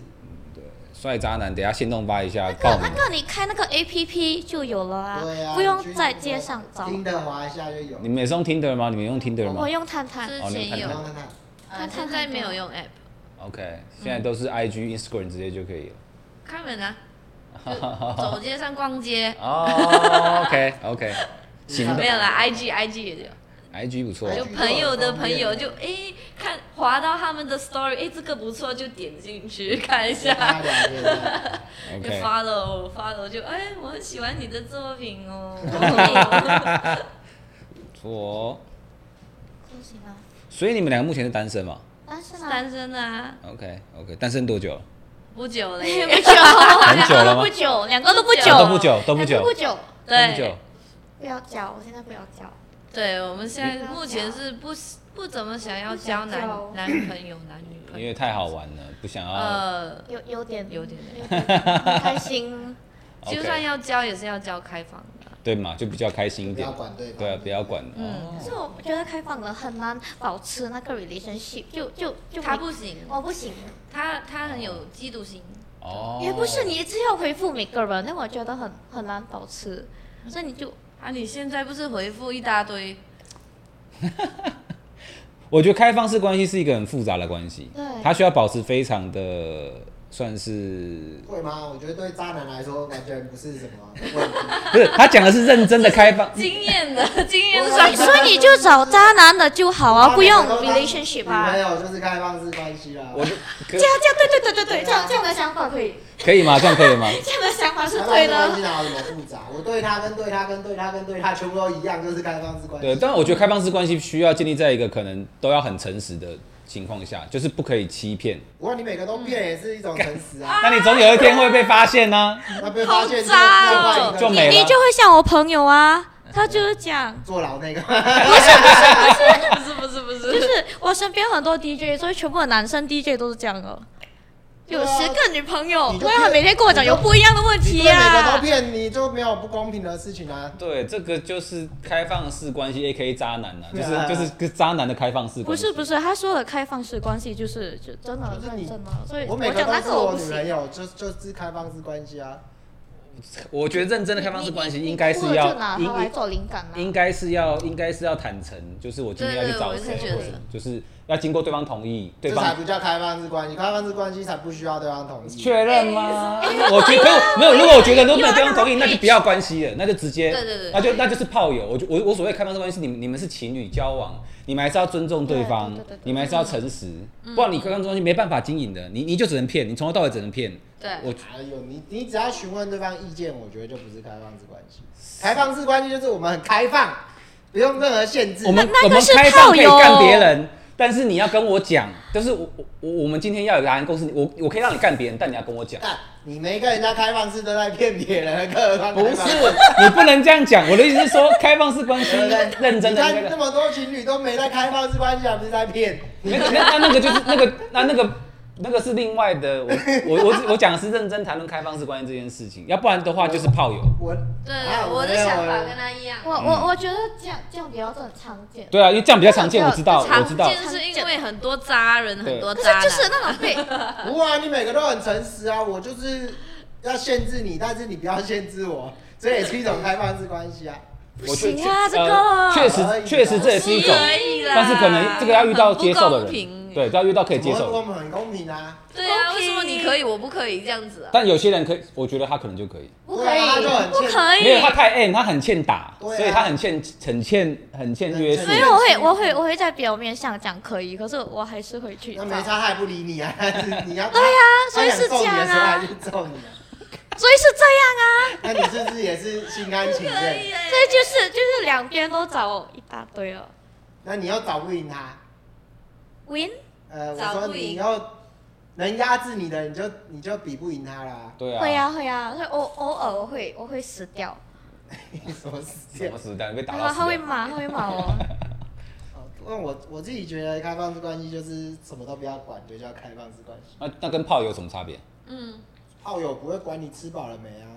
帅渣男，等一下限动发一下
那
报
*laughs* 那
名。
个你开那个 A P P 就有了啊
对啊，，
不用在街上找。
听的滑一下就有。
你们也是用 Tinder 吗？你们用 Tinder
我
吗
用探探。
之
哦你
前有
有
然，后看看，
呃，现在没有用 app。
？OK，现在都是 IG、Instagram 直接就可以了。，
开门啊！就走街上逛街
*laughs* 哦，OK OK，行动
没有啦，IG IG 也有，
IG 不错
哎
就朋友的朋
哦
友就哎看滑到他们的 story，哎这个不错就点进
*laughs*
去看一
跟他
下，
聊
*laughs*
天啊。
就
，OK。
follow follow 就哎我很喜欢你的作品
*laughs*
哦，
错。哦
不行啊，
所以你们两个目前是单身嘛
但是呢，
单身啊，
？OK OK，单身多久了？
不久了
也
耶，
*laughs* 不久，
很久了吗
不久，两个都不
久
啊
久，
都不久，都不久
两个，不久。
都不
*laughs* 对
久。
不要交，我现在不要交。
对，我们现在
你
目前是不不怎么想要交
不想
男
交
男朋友男女朋
因为
友，
太好玩了，不想要。
呃，
有有点
有点
很开心。
就
OK
算要交也是要交开放的。
对嘛，就比较开心一
不
点
要。管对方。
对啊，不要管。哦
可是我觉得开放了很难保持那个 relationship，就就就
他
没
不行，
我不行，
他他很有嫉妒心，
哦，
也不是你一直要回复每个人，那我觉得很很难保持，所以你就
啊！你现在不是回复一大堆？
我觉得开放式关系是一个很复杂的关系，
对
它需要保持非常的算是
会吗？我觉得对渣男来说完全不是什么问题。
不是他讲的是认真的
*laughs*
开放，
经验的经验
*laughs* 所以
上，
所以你就找渣男的就 *laughs* 好啊，不用
渣男都当
relationship 啊
女朋。友就是开放式关系啦。
我就可
这样这样对对对对对，这样这样的想法可以， *laughs*
可以吗？这样可以吗？ *laughs*
这样的想法是
开放
对
式关系
的。
哪有什么复杂？我对他跟对他跟对他跟对他全部都一样，就是开放式关系。
对，但我觉得开放式关系需要建立在一个可能都要很诚实的情况下，就是不可以欺骗。
不过你每个都变也是一种诚实啊，
那你总有一天会被发现啊呢、
那被发现就
好渣哦
就换一个
就没
你
了
你就会像我朋友啊，他就是讲。
坐牢那个。
不是不是不，
就是 *laughs* 是我身边很多 DJ，所以全部的男生 DJ 都是这样的。有十个女朋友，
你就
对啊，
骗
他每天跟我讲有不一样的问
你
题
对每个
啊
都。骗，你就没有不公平的事情啊。
对，这个就是开放式关系，A K A 渣男呐、就是
啊
就是个渣男的开放式
不
关系。
是不是，他说的开放式关系就是就真的
就是你
真的，所以
我每个
讲那
都是
个我
我
不
女
行。
朋友，就就是开放式关系啊。
我觉得认真的开放式关系应该
你
是
哭了
要
就拿
应
它来做灵感啊啦。
应该是要应该是要坦诚，就是我今天要去找
对对我
谁
也是觉，得
或者就是要经过对方同意，对
这才
方
不叫开放式关系，开放式关系才不需要对方同意。啊
确认
哎
吗？我觉得没有，如果我觉得都没有对方同意，那就不要关系了，那就直接，
对对对
那就那就是炮友。我就我我所谓开放式关系，你们你们是情侣交往，你们还是要尊重对方
对对对对对，嗯
你们还是要诚实，不然你开放式关系没办法经营的，你你就只能骗，你从头到尾只能骗。
对
我
哎呦，你你只要询问对方意见，我觉得就不是开放式关系。开放式关系就是我们很开放，不用任何限制。
我们
那
我
个
们
是
开放可以
炮友
干别人，但是你要跟我讲，就是我我我我们今天要有答案公司，我我可以让你干别人，但你要跟我讲。
干你没跟人家开放式都在骗别人，更何况
不
开
是
放式，
你不能这样讲。我的意思是说，开放式 *laughs* 关系
对不对？
认真
你
的
看
那
那
个，
么多情侣都没在开放式关系，还不是在骗？
那个那那那个就是那个那那个那个是另外的。我我我我讲的是认真谈论开放式关系这件事情，要不然的话就是炮友。
我
对
啊，
我的
没有
想法
欸
跟他一样。
我
嗯
我我觉得这样这样比较正常见。
对啊，因为这样比较常见，我知道我
常
知道
见。是因为很多渣人，很多
可
渣男，
是就是那种
*laughs*
被
不会啊，你每个都很诚实啊，我就是要限制你，但是你不要限制我，这也是一种开放式关系啊。
我
不
确
行啊，这
呃
个
确实确实这也是一种，
而已啦
但是可能这个要遇到接受的
很不公
人，
平
对，要遇到可以接
怎
受的
么会我
人。
们很公平啊，
对啊，
公平
为什么你可以，我不可以这样子啊？
但有些人可以，我觉得他可能就可以。
不可
对啊他
以
就很，
不
欠
可以
没。有，他太 N，他很欠打，
对啊
所以他很欠很欠很欠约束。
很
没
欠
有，我会我会我会在表面上讲可以，可是我还是会去
那
找。
没差，他也不理你啊，但是你要
*laughs* 对啊
他
所以是
他想揍你的时候
这样啊
还是揍你啊，
所以是这样啊，
那你是不是也是心甘情愿？
所以啊就是就是两边都找一大堆了。
那你又找不赢他，
Win，
呃，我
找
说
不
你
赢
又能压制你的，你就你就比不赢他啦。 *laughs*
对
会
啊，
啊会啊，所以偶偶尔我会我会死掉，
你什么死
什么时代被打
然
到
后
死
啊他会
掉？
骂他会骂
*laughs*
我。
哦那我我自己觉得开放式关系就是什么都不要管，就叫开放式关系。
那那跟炮友有什么差别？
嗯，
炮友不会管你吃饱了没啊，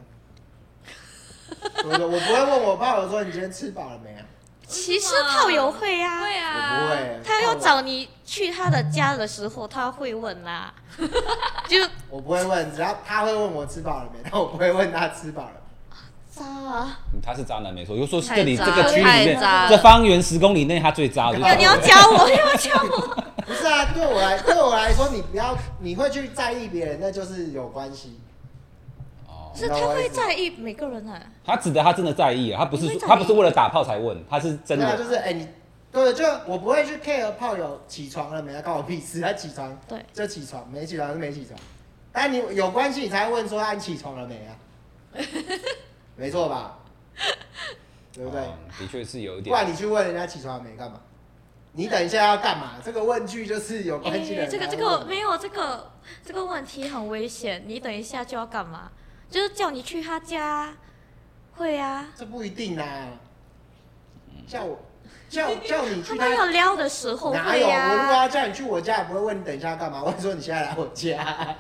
*laughs* 我我不会问我炮友说你今天吃饱了没啊，
其实炮友会啊，
会
我
啊，
不会。
他要
炮友
找你去他的家的时候，他会问啊啦，就
我不会问，只要他会问我吃饱了没， *laughs* 但我不会问他吃饱了没。
渣啊！
嗯他是渣男没错，就说
太
这里这
渣
个区里
太
面
渣，了
这方圆十公里内他最渣。我就
要你要教我， *laughs* 要教我。
不是啊，对我来对我来说，你不要你会去在意别人，那就是有关系。
哦
是他会在意每个人啊，
他指的他真的在意啊，他不是
你会
说
在意
他不是为了打炮才问，他是真
对啊，就
的。
是哎、你对，就我不会去 care 炮友起床了没，他关我屁事。他起床
对
就起床，没起床就没起床。但你有关系，你才会问说啊你起床了没啊？
*laughs*
没错吧？对不对？
嗯的确是有一
不
点。
然你去问人家起床了没干嘛？你等一下要干嘛？这个问句就是有关系的
哎
人啊
这个
才
这
会
个
问
没有这个这个问题很危险，你等一下就要干嘛？就是叫你去他家，会啊。
这不一定啊。
嗯
叫我叫叫你
他们
去他
要撩的时候
哪
会
有？我如果
啊。
要叫你去我家，也不会问你等一下要干嘛，我会说你现在来我
*laughs*
家，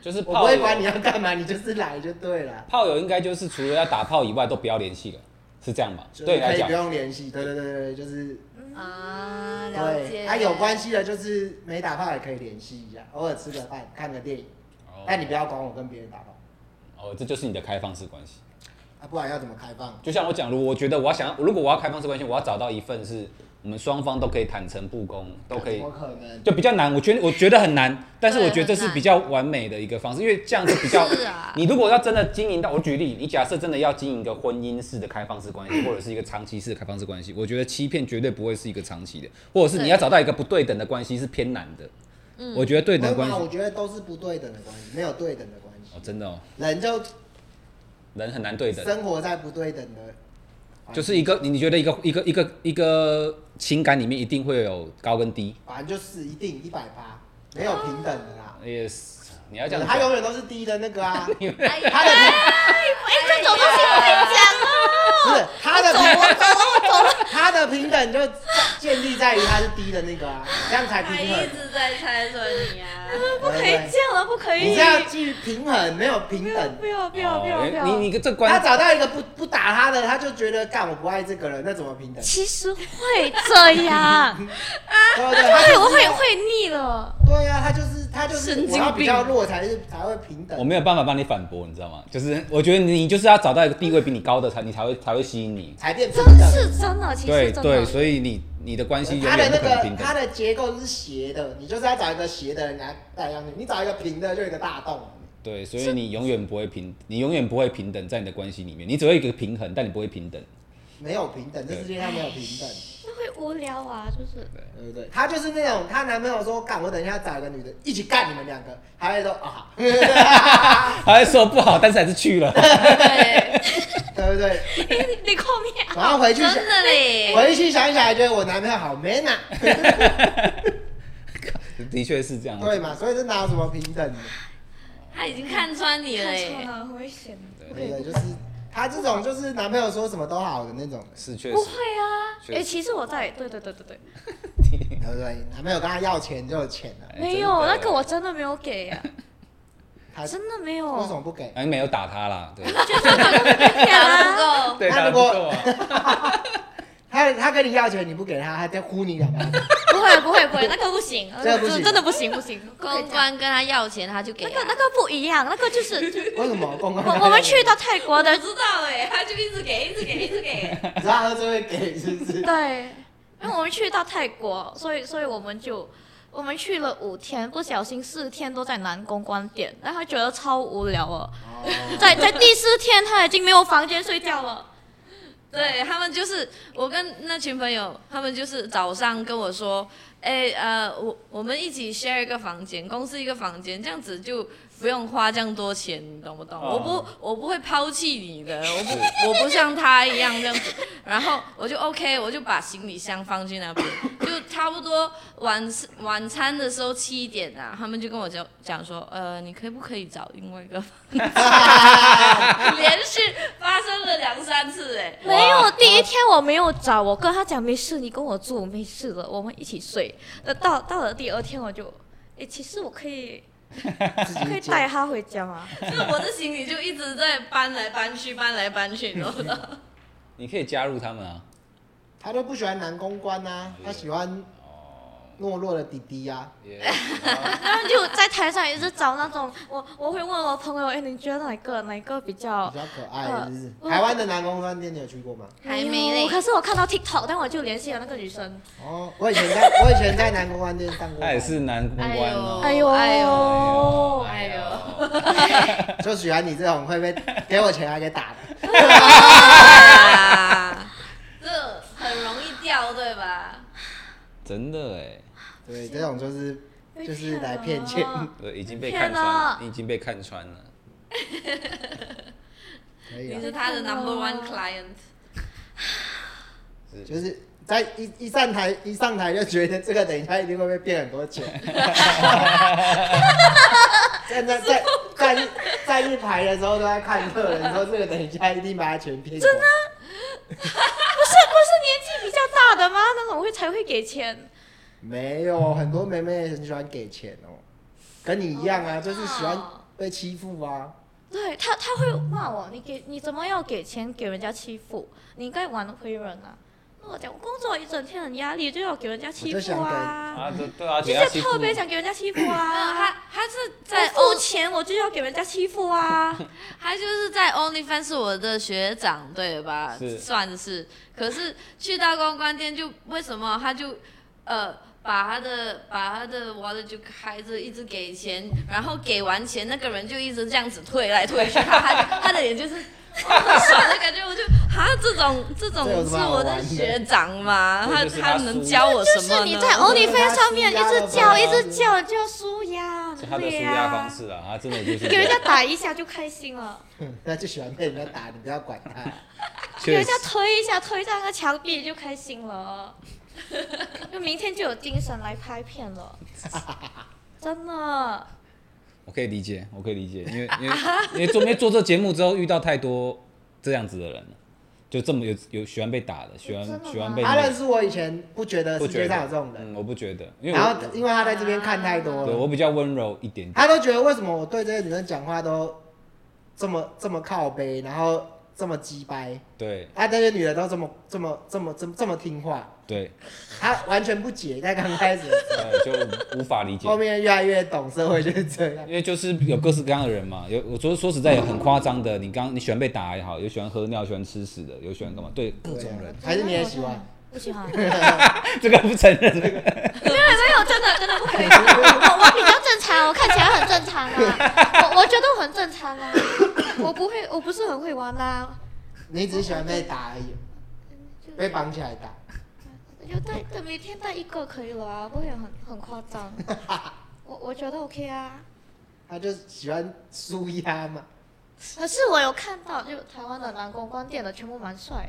就是
我不
炮
会管你
友，
要干嘛，你就是来就对了。
炮友应该就是除了要打炮以外都不要联系了，是这样吧？
就是
对你
可
来
以不
讲，
用联系，对对对对，就是
啊，了
对，
解。
啊有关系的，就是没打炮也可以联系一下，偶尔吃个饭，看个电影，
哦
但你不要管我跟别人打炮，
哦，这就是你的开放式关系。
啊，不然要怎么开放？
就像我讲，如果我觉得我要想要，如果我要开放式关系，我要找到一份是我们双方都可以坦诚不公，都可以
怎么，可能？
就比较难。我觉得我觉得很难，但是
对
我觉得这
很
是
难
比较完美的一个方式，因为这样就比较。
是啊
你如果要真的经营到，我举例，你假设真的要经营一个婚姻式的开放式关系，或者是一个长期式的开放式关系，我觉得欺骗绝对不会是一个长期的，或者是你
对
要找到一个不对等的关系是偏难的。我觉得对等
不
关
会嘛
系，
我
哦，
觉得都是不对等的关系，没有对等的关系，
真的哦，
人就
人很难对等。
生活在不对等的环境，
就是一个，你你觉得一个一个一个一个情感里面一定会有高跟低，
反正就是一定一百趴，没有平等的啦。
也是你要这样啊讲，
他永远都是低的那
*laughs*
个啊，
哎呀
他的
这种东西不会讲啊。
不是他的平，他的平等就建立在于它是低的那个啊，这样才
他
平
一
衡。
直在拆穿你啊！
不可以哎这样了，啊不可以。
你这样去平衡，没有平等
不。要不要不要不要！
哎你你这
他
关
找到一个不不打他的，他就觉得干我不爱这个人，那怎么平等？
其实会这样，
对不对？他
会
就
我会
是
会腻了。
对呀、他就是他就是
神经病
我要比较弱才是才会平等。
我没有办法帮你反驳，你知道吗？就是我觉得你就是要找到一个地位比你高的才你才会才会吸引你。
才变平
真
等。
是真的，其
对
实真
对，
的。啊
所以你你的关系
它
永远不
的那
可能
个
平
它
等。
的结构是斜的，你就是要找一个斜的人来带上去，你找一个平的就有一个大洞。
对，所以你永远不会平，你永远不会平等在你的关系里面，你只会有一个平衡，但你不会平等。
没有平等，这世界上没有平等，
就会无聊啊，就是
对不对？她就是那种，她男朋友说干，我等一下找一个女的一起干你们两个，还会说
*laughs*
啊，
还说不好，但是还是去了。
对，
对不对？
哎你你后 *laughs* 面
然后回去想
真，的嘞，
回去想一想，还觉得我男朋友好 man
*laughs*
啊，
的确是这样。
对嘛？所以这哪有什么平等的？
他已经看穿你了耶。
很危险。
对的，就是她这种就是男朋友说什么都好的那种，
是确
不
实
会。啊，
确实
哎，其实我在，对对对对对，
对不对？男朋友跟她要钱就有钱了，
哎
没有那个我真的没有给呀，
她为
真的没
什
有。
么不给？
哎没有打他啦，对
打不够，
对，
他
打
如
不
果
够啊。
他他跟你要钱，你不给他，他再呼你两巴掌。
不会啊不会不会，那个不行，
这个不行
真的不行不行。不可以
公
这样
关啊跟他要钱，他就给
那
啊。
个那个不一样，那个就是
*laughs*
就
为什么公公？
我我们去到泰国
*laughs*
的
我，知道哎，他就一直给，一直给，一直给。
你知道他就会给，是不是？
对，因为我们去到泰国，所以所以我们就我们去了五天，不小心四天都在南公关点，然后觉得超无聊了。在在第四天，他已经没有房间睡觉了。
对他们就是我跟那群朋友，他们就是早上跟我说，哎呃，我我们一起 share 一个房间，公司一个房间，这样子就不用花这样多钱，你懂不懂？
哦
我不我不会抛弃你的，我不我不像他一样这样子。然后我就 OK，我就把行李箱放去那边，就差不多晚晚餐的时候七点啊，他们就跟我讲讲说，呃，你可以不可以找另外一个房间？ *laughs* 连续发生了两三次哎、
没有，第一天我没有找，我跟他讲没事，你跟我住，没事了，我们一起睡。那到到了第二天，我就，诶，其实我可以
自
可
己
以
讲
带。他回家
*laughs*
吗？
就我的行李就一直在搬来搬去，搬来搬去，你知道吗？
你可以加入他们啊。
他都不喜欢男公关呐，他喜欢懦弱的弟弟呀。
他们就在台上一直找那种，我我会问我朋友，诶，你觉得哪个哪个比较
比较可爱，是不是？
呃
台湾的男公关店你有去过吗？
还没嘞
有可是我看到 TikTok，但我就联系了那个女生。
哦，我以前在，我以前在男公关店当过
他也
班，
是男公关哦。
哎
哎
呦
呦，
哎 *laughs*
呦
哎呦，
就喜欢你这种会被给我钱还给打的。
啊这很容易掉，对吧？
真的哎，
对，这种就是
被
就是来骗
骗
钱。
了
对，已经被
骗
看穿了
了，
你已经被看穿了。
可以
你
啊，
是他的 number one client，
就是在一一上台一上台就觉得这个等一下一定会被骗很多钱， *laughs* 在那在在一在一排的时候都在看客人说这个等一下一定把他全骗光，真的啊
不是不是年纪比较大的吗？那种会才会给钱。
没有很多妹妹很喜欢给钱哦、跟你一样啊，就是喜欢被欺负啊， *laughs*
对他他会骂我，你给你怎么要给钱给人家欺负？你应该挽回人啊。那我讲我工作一整天很压力，就要给人家欺
我就想
负
给
啊。，
对对啊，
就
姐要
是
欺
特
负
别
你。
想给人家欺负 *laughs*
啊，他
啊！
他是在
在付
O，
钱我就要给人家欺负啊！
他就是在 OnlyFans 是我的学长，对吧？
是
算是，可是去到公关店就为什么他就呃。把他的把他的 wallet 就开着，一直给钱，然后给完钱，那个人就一直这样子退来
*laughs*
退去，他他他的脸就是很爽的感觉，我就啊，这种这种
这有什
是
么好
我
玩
的
的
学长嘛，
这
他
就是
他
他输
能教我
就
什么
是
呢？
你在
他
OnlyFans
输
上面一
压了
直叫
吧
一直叫，就要舒压，
是他的
对
舒
呀、
压方式啊，他真的就是
给
这
人家
样
打一下就开心了，
那就喜欢被人家打，你不要管他。
确
给人
实
家推一下，推上个墙壁就开心 *laughs* 了，就明天就有精神来拍片 *laughs* 了，真的。
我可以理解，我可以理解，因为因为因为做因为做这节目之后遇到太多这样子的人了，就这么有有喜欢被打的，喜欢
真的吗
喜欢被
他
骂
认识我以前不觉得
不
世
觉得
界上有这种人，
嗯，我不觉得，因为
然
我
后因为他在这边看太多
对
了，
我比较温柔一点点，
他都觉得为什么我对这些女生讲话都这么这么靠背，然后这么鸡掰，
对
啊，这些女的都这么这么这么这么这么听话，
对，
他完全不解，在刚开始的时候，
呃，就无法理解
后。面越来越懂社会就是这样。
因为就是有各式各样的人嘛，有我说说实在有很夸张的，你刚你喜欢被打也好，有喜欢喝尿、喜欢吃屎的，有喜欢干嘛？对，各种人，
还是你也喜欢？
*laughs* 不喜欢。
这个不承认那个。
没有，真的真的不可以。我我比较正常，我看起来很正常 *laughs* 啊。我我觉得我很正常啊，我不会，我不是很会玩啊啦、
你只是喜欢被打而已，被绑起来打。
就带带每天带一个可以了啊，不会很很夸张。我我觉得 OK 啊，
他就喜欢舒压嘛，
可是我有看到，就台湾的男公关店的全部蛮帅，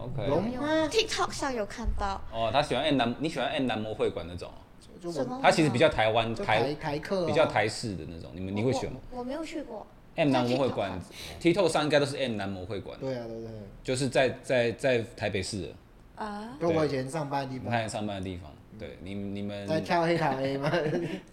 OK，
龙
有
啊，
TikTok 上有看到。
哦，他喜欢 N 男，你喜欢 N 男模会馆那种，
就
什么
我
他其实比较台湾
就
台
台台客、啊
比较，台式的那种，你们你会选吗
我？我没有去过。
？M 男模会
在
馆
TikTok
，TikTok 上应该都是 M 男模会馆，
对啊对对对，
就是在在在台北市的，
啊，
就我以前上班的地
你
方，
看上班的地方。对你你们，
在跳黑卡 A 嘛，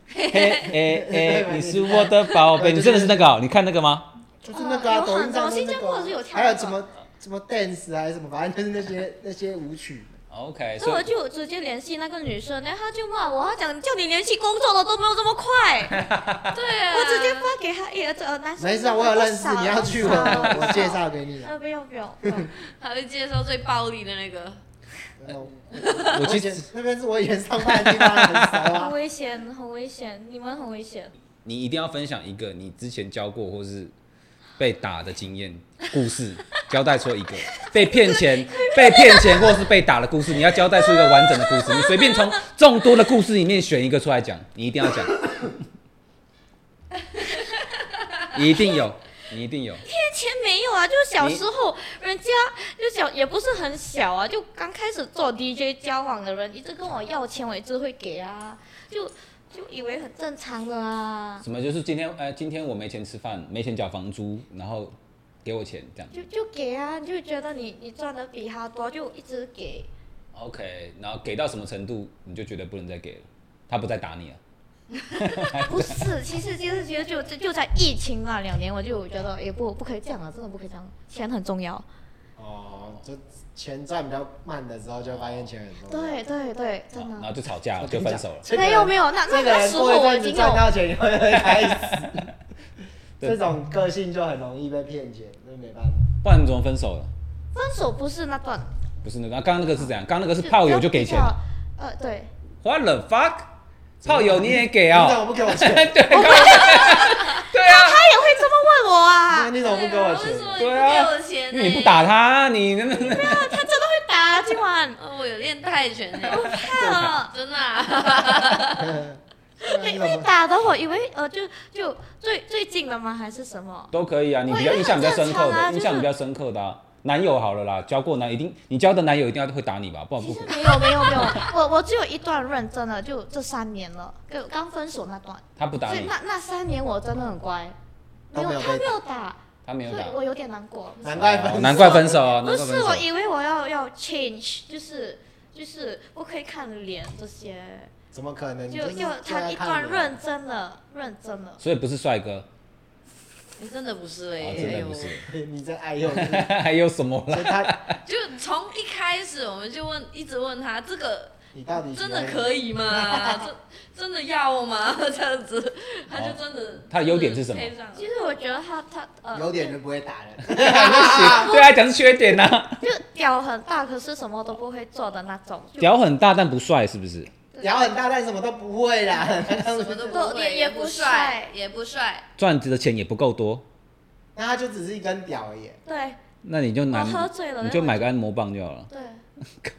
嘿哎哎，你是我的宝贝，你真的是那个哦？你看那个吗？
就是那个啊
哦有
抖
很
音上
多新
的那
加坡是
个
有
啊，
跳
还有
的
什么什么 dance 啊还是什么，反正就是那些那些
*laughs*
舞曲。
OK，
所以
所
我
以
就直接联系那个女生，然后她就骂我，她讲叫你联系工作的都没有这么
*laughs*
快，
对啊，
我直接发给她，哎，这呃男生
没事啊，我有认识，你要去我，
*laughs*
我介。绍给你啊。
呃，不用不用，不
*laughs*
用
还会介绍最暴力的那个，
然后
我
以
其
前
实
那边是我以前上班的地方，很熟
很 *laughs*
啊。
危险，很危险，你们很危险。
你一定要分享一个你之前教过或是被打的经验故事，交代出一个 *laughs* 被骗钱、被骗钱或是被打的故事，你要交代出一个完整的故事。你随便从众多的故事里面选一个出来讲，你一定要讲， *laughs* 你一定有，你一定有。
骗钱没有啊，就是小时候人家就小也不是很小啊，就刚开始做 DJ 交往的人一直跟我要钱，我一直会给啊，就就以为很正常的啊，
什么就是今天呃，今天我没钱吃饭，没钱缴房租，然后给我钱这样。
就就给啊，你就觉得你你赚的比他多，就一直给。
OK，然后给到什么程度你就觉得不能再给了，他不再打你了。
不是，其实其实其实就就就在疫情那两年，我就觉得也不不可以这样啊，真的不可以这样，钱很重要。
哦，就钱赚比较慢的时候，就发现钱很多。
对对对，真
然
的。啊
后就吵架了，
我
就
跟你
分
讲
手了。
这个
没有没有，那那
这个
那
人
时候
过一
我已
阵子
经
赚
有
到钱也会开
*laughs*
始，
对
这种个性就很容易被骗钱，那没办法。
不然你怎么分手了？
分手，不是那段，
不是那个，啊刚刚那个是怎样？刚刚那个是炮友就给钱
比较。呃，对，
，What the fuck？炮友你也给
你怎么
啊、
不给我
*laughs*
钱？
对，刚刚对啊，
他也会这么问我啊，
你怎么不给我
对啊为什么
钱？
你不给我钱欸呢？
对啊，因为你不打他，你 *laughs* 那那那
他真的会打今晚。
*laughs* 哦，我有练泰拳 *laughs* 呢，
看了，
真的啊， *laughs*
你
被
怎
被
么？
打的，我以为呃，就就最最近的吗？还是什么？
都可以啊。你比较印象比较深刻
我也很正常
的，
啊
印象比较深刻的、啊。男友好了啦，交过男一定，你交的男友一定要会打你吧，不然
其
不
实
可
没有没有没有，我我只有一段认真的，就这三年了，就刚分手那段。
他不打
所以
你，
那那三年我真的很乖，
都
没
没有
有
被
他
哎
没有打，
他没有
所
打
以，我有点难过。
难怪分手
哦难怪分手啊，
不
难怪分
是，
手
我。以为我要要 change，就是就是不可以看脸这些，
怎么可能？
就
你
就是他一
最爱看
段
我
认真的认真的。
所以不是帅哥，
你真的不是哎、
哦，
欸，
真
哎
的
呦
不是。 *laughs*
你在爱用，
还有什么
所
啦？
以他
就从一开始我们就问，一直问他这个
你到底
真的可
以？
以
*laughs*
吗？真真的要吗？ *laughs* 这样子，他就真的。
他的优点是什么
配上了
其实我觉得他他呃，
有点就不会打人，
对他讲是缺点啊呐、
*laughs* 就屌很大，可是什么都不会做的那种，就
屌很大但不帅是不是？
聊很大，但什么都不会啦。
什么都不
都
会，
也
也
也
不
不
帅
帅，
也不帅。
赚的钱也不够多，
那他就只是一根屌而已。
对
那你就拿
我喝醉了
你就买个按摩棒就好了。 *laughs*
对。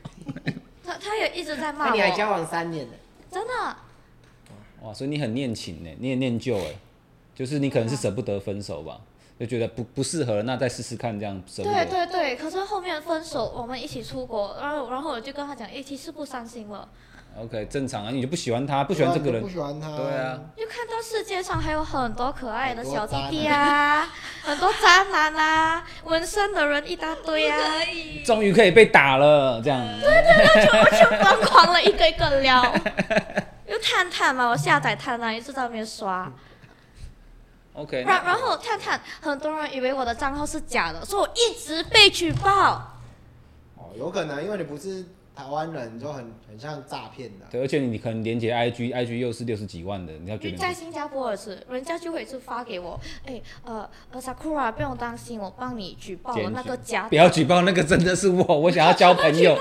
他他也一直在骂
那
我，
你还交
真
往三年呢？
的，啊
哇，所以你很念情呢，你也念旧哎，就是你可能是舍不得分手吧，就觉得不不适合，那再试试看这样生活。
对对对。可是后面分手，我们一起出国，然后然后我就跟他讲，哎，其实不伤心了，
OK，正常啊，你就不喜欢他，不喜欢这个
不
人，
喜欢他，
对啊，
就看到世界上还有很多可爱的小弟弟啊， *laughs* 很多渣男啊，纹身的人一大堆 *laughs* 啊，
可以。
终于可以被打了，这样。
疯狂了一个一个 *laughs* 撩。有探探嘛，我下载探探一直在那边刷，
OK，那
然然后探探很多人以为我的账号是假的，所以我一直被举报。
哦，有可能，因为你不是台湾人，就很很像诈骗的。
对，而且你可能连接 IG，IG 又是六十几万的，你要觉
因为在
得
新加坡也是，人家就会一直发给我，哎，呃呃，Sakura 不用担心，我帮你举报了那个假的，
不要举报那个真的是我， *laughs* 我想要交朋
*laughs*
友。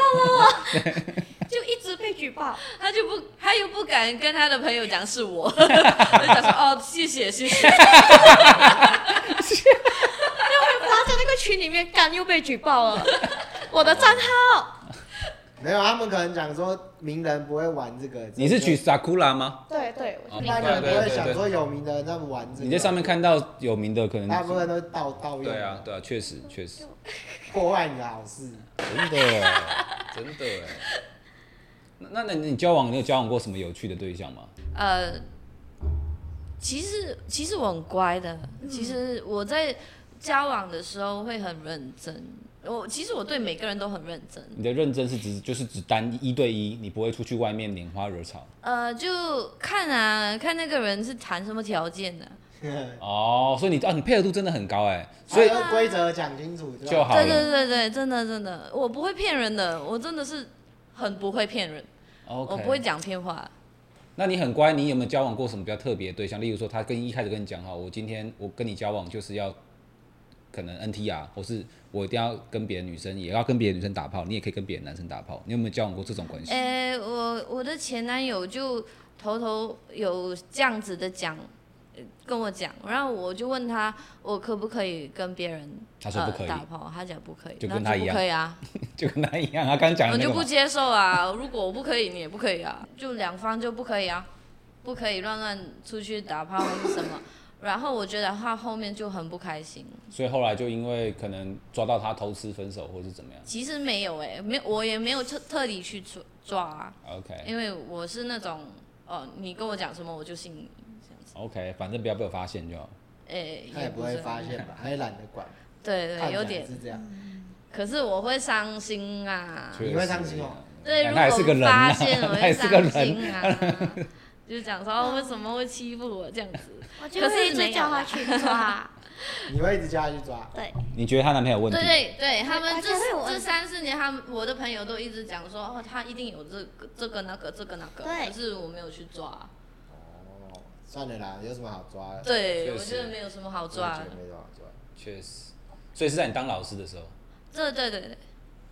就一直被举报。
他就不，他又不敢跟他的朋友讲是
*laughs*
我，就想说哦，谢谢谢谢。
拉在那个群里面干又被举报了， *laughs* 我的账号。
没有，他们可能讲说名人不会玩这个。
你是取
取
Sakura 吗？
对对，我
一
是
般人不
对对
会
对
想
对
说有名的人他们玩这个。
你在上面，看到有名的可能，
大部分都是盗盗用。
对啊，，对啊，确实确实，
破坏你的好事。
真的 *laughs* 真的哎。那那你交往，你有交往过什么有趣的对象吗？
呃，其实其实我很乖的，其实我在交往的时候会很认真。我其实我对每个人都很认真，
你的认真是指就是只单一对一，你不会出去外面拈花惹草。
呃，就看啊，看那个人是谈什么条件的、
哦，所以你啊，你配合度真的很高哎，所以
把这个规则讲清楚吧
就好
对
了。
对对对，真的真的，我不会骗人的，我真的是很不会骗人我不会
OK，
讲骗话。
那你很乖，你有没有交往过什么比较特别的对象？例如说，他跟一开始跟你讲好，我今天我跟你交往就是要可能 NTR，或是我一定要跟别的女生，也要跟别的女生打炮，你也可以跟别的男生打炮。你有没有交往过这种关系？
诶、我我的前男友就头头有这样子的讲，呃跟我讲，然后我就问他，我可不可以跟别人
他说不可
呃、
以
打炮，他讲不可以，
就
那
跟他一样
不可以啊，
*laughs* 就跟他一样，他刚讲
我
的那
就
个
不
嘛。
接受啊，如果我不可以，你也不可以啊，就两方就不可以啊，不可以乱乱出去打炮还是什么， *coughs* 然后我觉得他后面就很不开心。
所以后来就因为可能抓到他偷吃分手，或是怎么样。
其实没有诶、没我也没有特特地去抓抓啊，
OK
因为我是那种哦，你跟我讲什么我就信你这样子。
OK，反正不要被我发现就好。
诶、
他也不会
是
发现吧？他也懒得管。
对对，
看起来
有点
是。这样。
可是我会伤心啊。
你会伤心哦
对，如
哎他也是个
果
人
发
啊，
现我
*laughs* 他
会
也是个
伤
人。
心啊，
*laughs*
就讲说哦为什么会欺负我这样子。
我就会一直叫他去 *laughs* 抓。
你会一直叫他去抓。
对，
你觉得她男朋友有问题？
对对对，他们这
而且会有
这三四年，他们我的朋友都一直讲说哦，他一定有这个这个那个这个那个，
对
可是我没有去
啊
抓。
哦，算了啦，有什么好抓的？
对，
确
我
实
觉得没有什么好
我
抓
也
的
觉。得没什么好抓的。
确实。所以是在你当老师的时候
对对对对，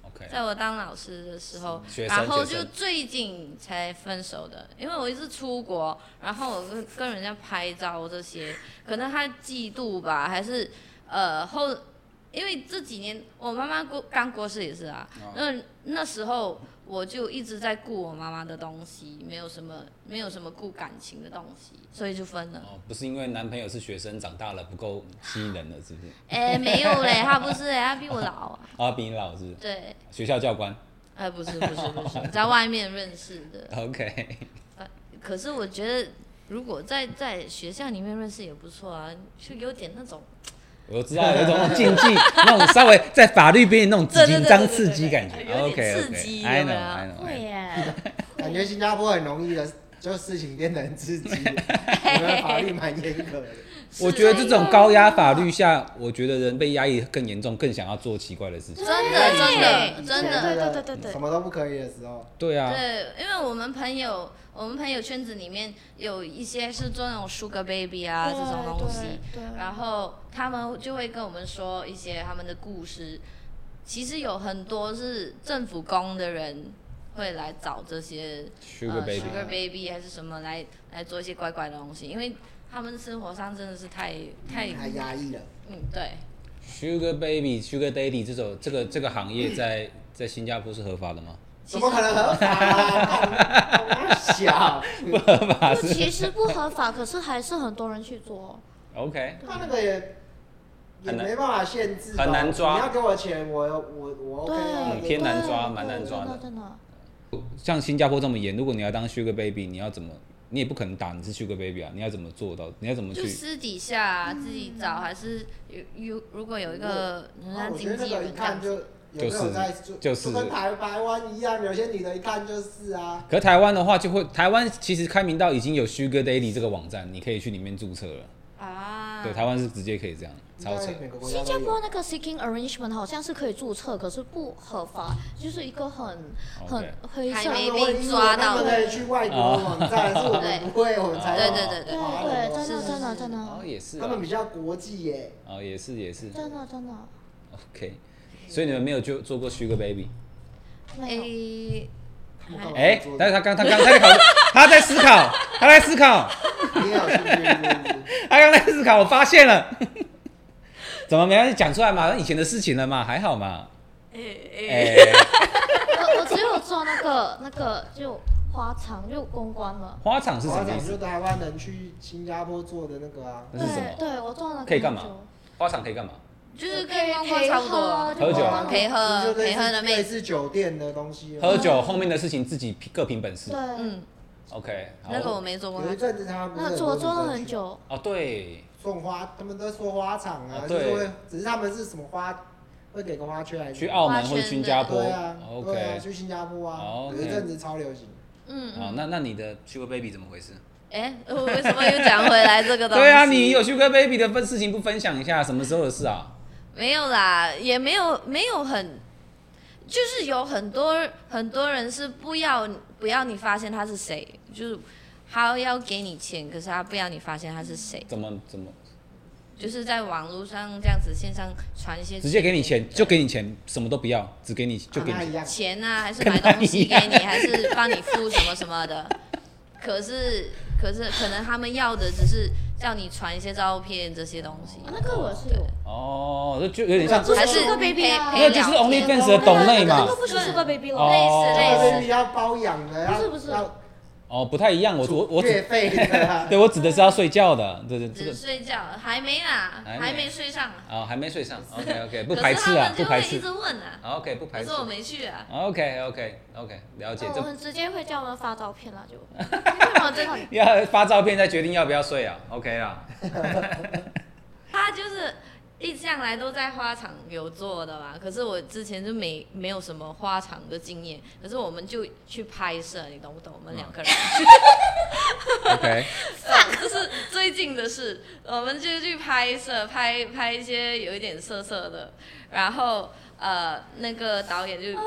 ，OK，
在我当老师的时候
学，生
然后
学
就
生
最近才分手的，因为我一直出国，然后我跟跟人家拍照这些，可能他嫉妒吧，还是呃后，因为这几年我妈妈过刚过世也是啊，那那时候我就一直在顾我妈妈的东西，没有什么没有什么顾感情的东西，所以就分了。
哦，不是因为男朋友是学生，长大了不够吸引人了，是不是？
哎，没有嘞，他不是嘞，他比我老啊，
啊，比你老是不是
对，
学校教官
哎，不是不是不是， *laughs* 在外面认识的。
，OK， *laughs*
可是我觉得，如果在在学校里面认识也不错啊，就有点那种
我都知道有一种那种禁
*laughs*
忌，那种稍微在法律边缘那种
对对
紧
对
张
对对
刺激感觉
对有点
，OK
刺激
OK，I
有
know
没有
I
会
know，
耶，
感觉新加坡很容易的，就事情变得很刺激，你们法律蛮严格的。
我觉得这种高压法律下，我觉得人被压抑更严重，更想要做奇怪的事情。
真的真的
对
真
以
的。
前那
对对
个
对对对
什么都不可以的时候，
对啊，
对，因为我们朋友，我们朋友圈子里面有一些是做那种 Sugar Baby 啊这种东西，
对
啊
对
然后他们就会跟我们说一些他们的故事。其实有很多是政府工的人会来找这些
Sugar
呃、
baby
Sugar Baby 还是什么来来做一些怪怪的东西，因为他们生活上真的是太太
太压抑了。
嗯对
Sugar Baby、Sugar Daddy 这种这个这个行业在在新加坡是合法的吗？
怎么可能合法啊？好小，
*laughs*
就啊其实不合法，可是还是很多人去做。
OK，
他那个也也
很难
没办法限制吧，
很难抓嗯
你要给我钱，我我我 OK 啊
对，
很，偏难抓
对
蛮难抓的
真的真的。
像新加坡这么严，如果你要当 Sugar Baby，你要怎么？你也不可能打你是 Sugar Baby 啊，你要怎么做到？你要怎么去
就？私底下、自己找，还是有有如果有一个人家
我觉
经
得这
纪
个一
人这样
看
子，
就有没有在就
就是
跟台台湾一样，有些女的一看就是啊，
可台湾的话，就会台湾其实开明到已经有 Sugar Daddy 这个网站，你可以去里面注册了。
啊，
对，台湾是直接可以这样超车
应该。每个国
新
家都
加坡
有。
那个 Seeking Arrangement 好像是可以注册，可是不合法，就是一个很很
OK
灰
还
色。
没
对
他们会
被抓到
他们可以去外国网
哦
站，是我们不会，我们才哦
对对对对，
啊
对，真
是
的
是
真的
是
真
哦，
的
也是
他
啊
们比，较国际耶，
哦，也是也是。
真的真的
OK，所以你们没有就做过 Sugar Baby？
没有。
诶，
他们干嘛
哎、
做
但是他刚他刚他在考虑，他在思考，他在思考，
你也有兴趣是
*laughs*
不是？
他刚在思考，我发现了。怎么没关系，讲出来嘛，以前的事情了嘛，还好嘛。哎、
我我只有做那个那个就花场就公关了。
花场是什
我
么意
讲就
思？
台湾人去新加坡做的那个啊，
那是什
对
么？
对，我做那个
可以干嘛
很久
花场可以干嘛？
就是跟光光差不多，
喝酒啊
陪喝
就类
陪
似
喝的妹
类
子，
似酒店的东西啊。
喝酒后面的事情自己各凭本事。
对，
嗯，
OK，好。
那个我没做过
有，一阵子他们不
那个
是很
做
多
做了
女生
很
去
久，
哦，对，
送花，他们都说花场啊
啊，
就
对
是会，只是他们是什么花，会给个花圈还是
去澳门或者
花圈的
新加坡。
对啊，
OK，
对啊，去新加坡啊，
OK
有一阵子超流行。
嗯
哦，那那你的 Sugar Baby 怎么回事？
哎，我为什么又讲回来这个东西？
对啊，你有 Sugar Baby 的分事情不分享一下，什么时候的事啊？
没有啦，也没有没有很，就是有很多很多人是不要不要你发现他是谁，就是他要给你钱，可是他不要你发现他是谁，
怎么怎么
就是在网络上这样子线上传一些
直接给你钱，就给你钱，什么都不要，只给你就
跟
给
他一
你。
样，
钱啊，还是买东西给你，还是帮你付什么什么的。可是可是可能他们要的只是叫你传一些照片这些东西，
啊
那个我是有，
哦，就就有点像
对，
还
还
是
是个
陪
baby 啊
陪
那就是
聊天
OnlyFans 的懂内
那
嘛
个。不是是个 baby
哦
了，
类似
那
类
个
似
比。较包养的，
不是
要
不是
要
哦，不太一样，我我我指
月费的啊，
*laughs* 对我指的是要睡觉的，对对这
只
个
睡觉，还没啦，
还没
还没睡上啊。
啊还没睡上，OK OK 不
可
排
是
斥
他
啊
们，
不
就
排
会一
斥
直问啊，
啊，OK 不
可
排
是
斥
我没去啊。
，OK OK OK 了解，
我
这
很直接会叫他们发照片
*laughs*
啦，就。因为我真的
要发照片再决定要不要睡啊，OK 啦，
他就是一向来都在花场有做的嘛，可是我之前就没没有什么花场的经验，可是我们就去拍摄，你懂不懂？我们两个人， *laughs*
OK，
嗯
这是最近的事，我们就去拍摄，拍拍一些有一点色色的，然后。呃，那个导演就
哦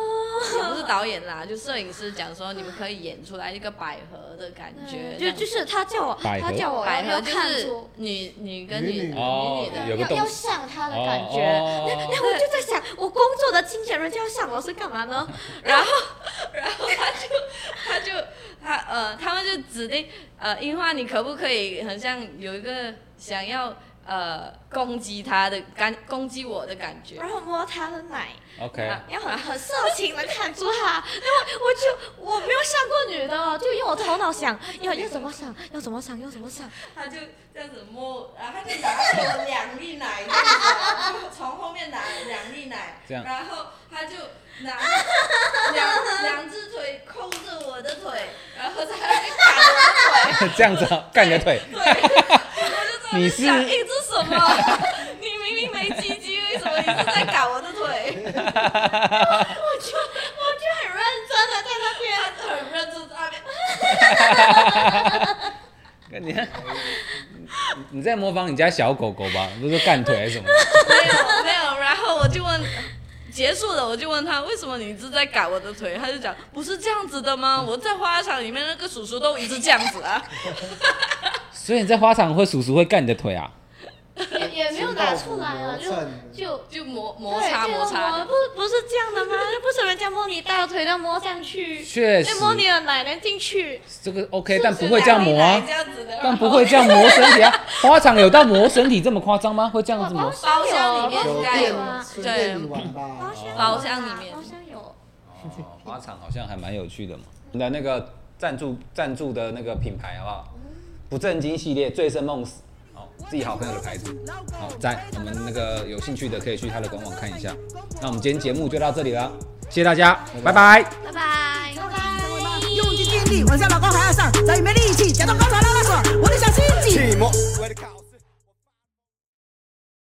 也不是导演啦，就摄影师讲说你们可以演出来一个百合的感觉，这
就
样
就是他叫我，
百合
他叫我
百合
要
就
看
是
出。
女女跟
女
女
女
女
哦
女的，
有个
要
动
要像他的感觉，
哦
那那我就在想，我工作的经纪人就要像我是干嘛呢？
然后，然后他就，他就，他呃，他们就指定呃，樱花，你可不可以很像有一个想要呃攻击他的感攻击我的感觉？
然后摸他的奶，
啊
OK，
要很很色情的看出他。那我我就我没有上过女的，就用我头脑想，要要怎么想，要怎么想，要怎么想。
他就这样子摸，然后他就拿出我两粒奶，这样子然后从后面拿两粒奶，
这样
然后他就拿两两只腿扣着我的腿，然后 *laughs* 他还打我的腿。
*laughs* 这样子啊，干你的腿，
*laughs* 对，我就在
你
你
是
想一只什么？ *laughs* 你明明没鸡鸡，为什么一直在搞我的腿？ *laughs*
我就我就很认真的在那边，
他很认真在那边，
干你，你在模仿你家小狗狗吧？不是说干腿还是什么？
*laughs* 没有没有，然后我就问。结束了，我就问他为什么你一直在搞我的腿，他就讲不是这样子的吗？我在花场里面那个叔叔都一直这样子啊，
所以你在花场会叔叔会干你的腿啊？
也也没有拿出来啊，就
情报不磨蹭
就
*laughs* 就摩
对
摩擦
就
摩擦
不。不是这样的吗？不是人家摸你大腿，要摸上去，
确实
要摸你的奶奶进去。
这个 OK，但不会这样磨啊
这，样子的，
但不会这样磨身体
*laughs*
啊。花场有到磨身体这么夸张吗？会这样子
包
磨？
厢
包
有
厢里面
酒
应该有
店
啊
随便你玩吧， *laughs*
啊
包厢里面
包厢有。
哦，花场好像还蛮有趣的嘛。你的那个赞助赞助的那个品牌好不好？不正经系列醉生梦死，哦，自己好朋友的牌子。好，在我们那个有兴趣的可以去他的官网看一下。那我们今天节目就到这里了，谢谢大家，拜拜
拜拜，拜拜。
气，晚上老公还要上，早已没力气，假装高潮了。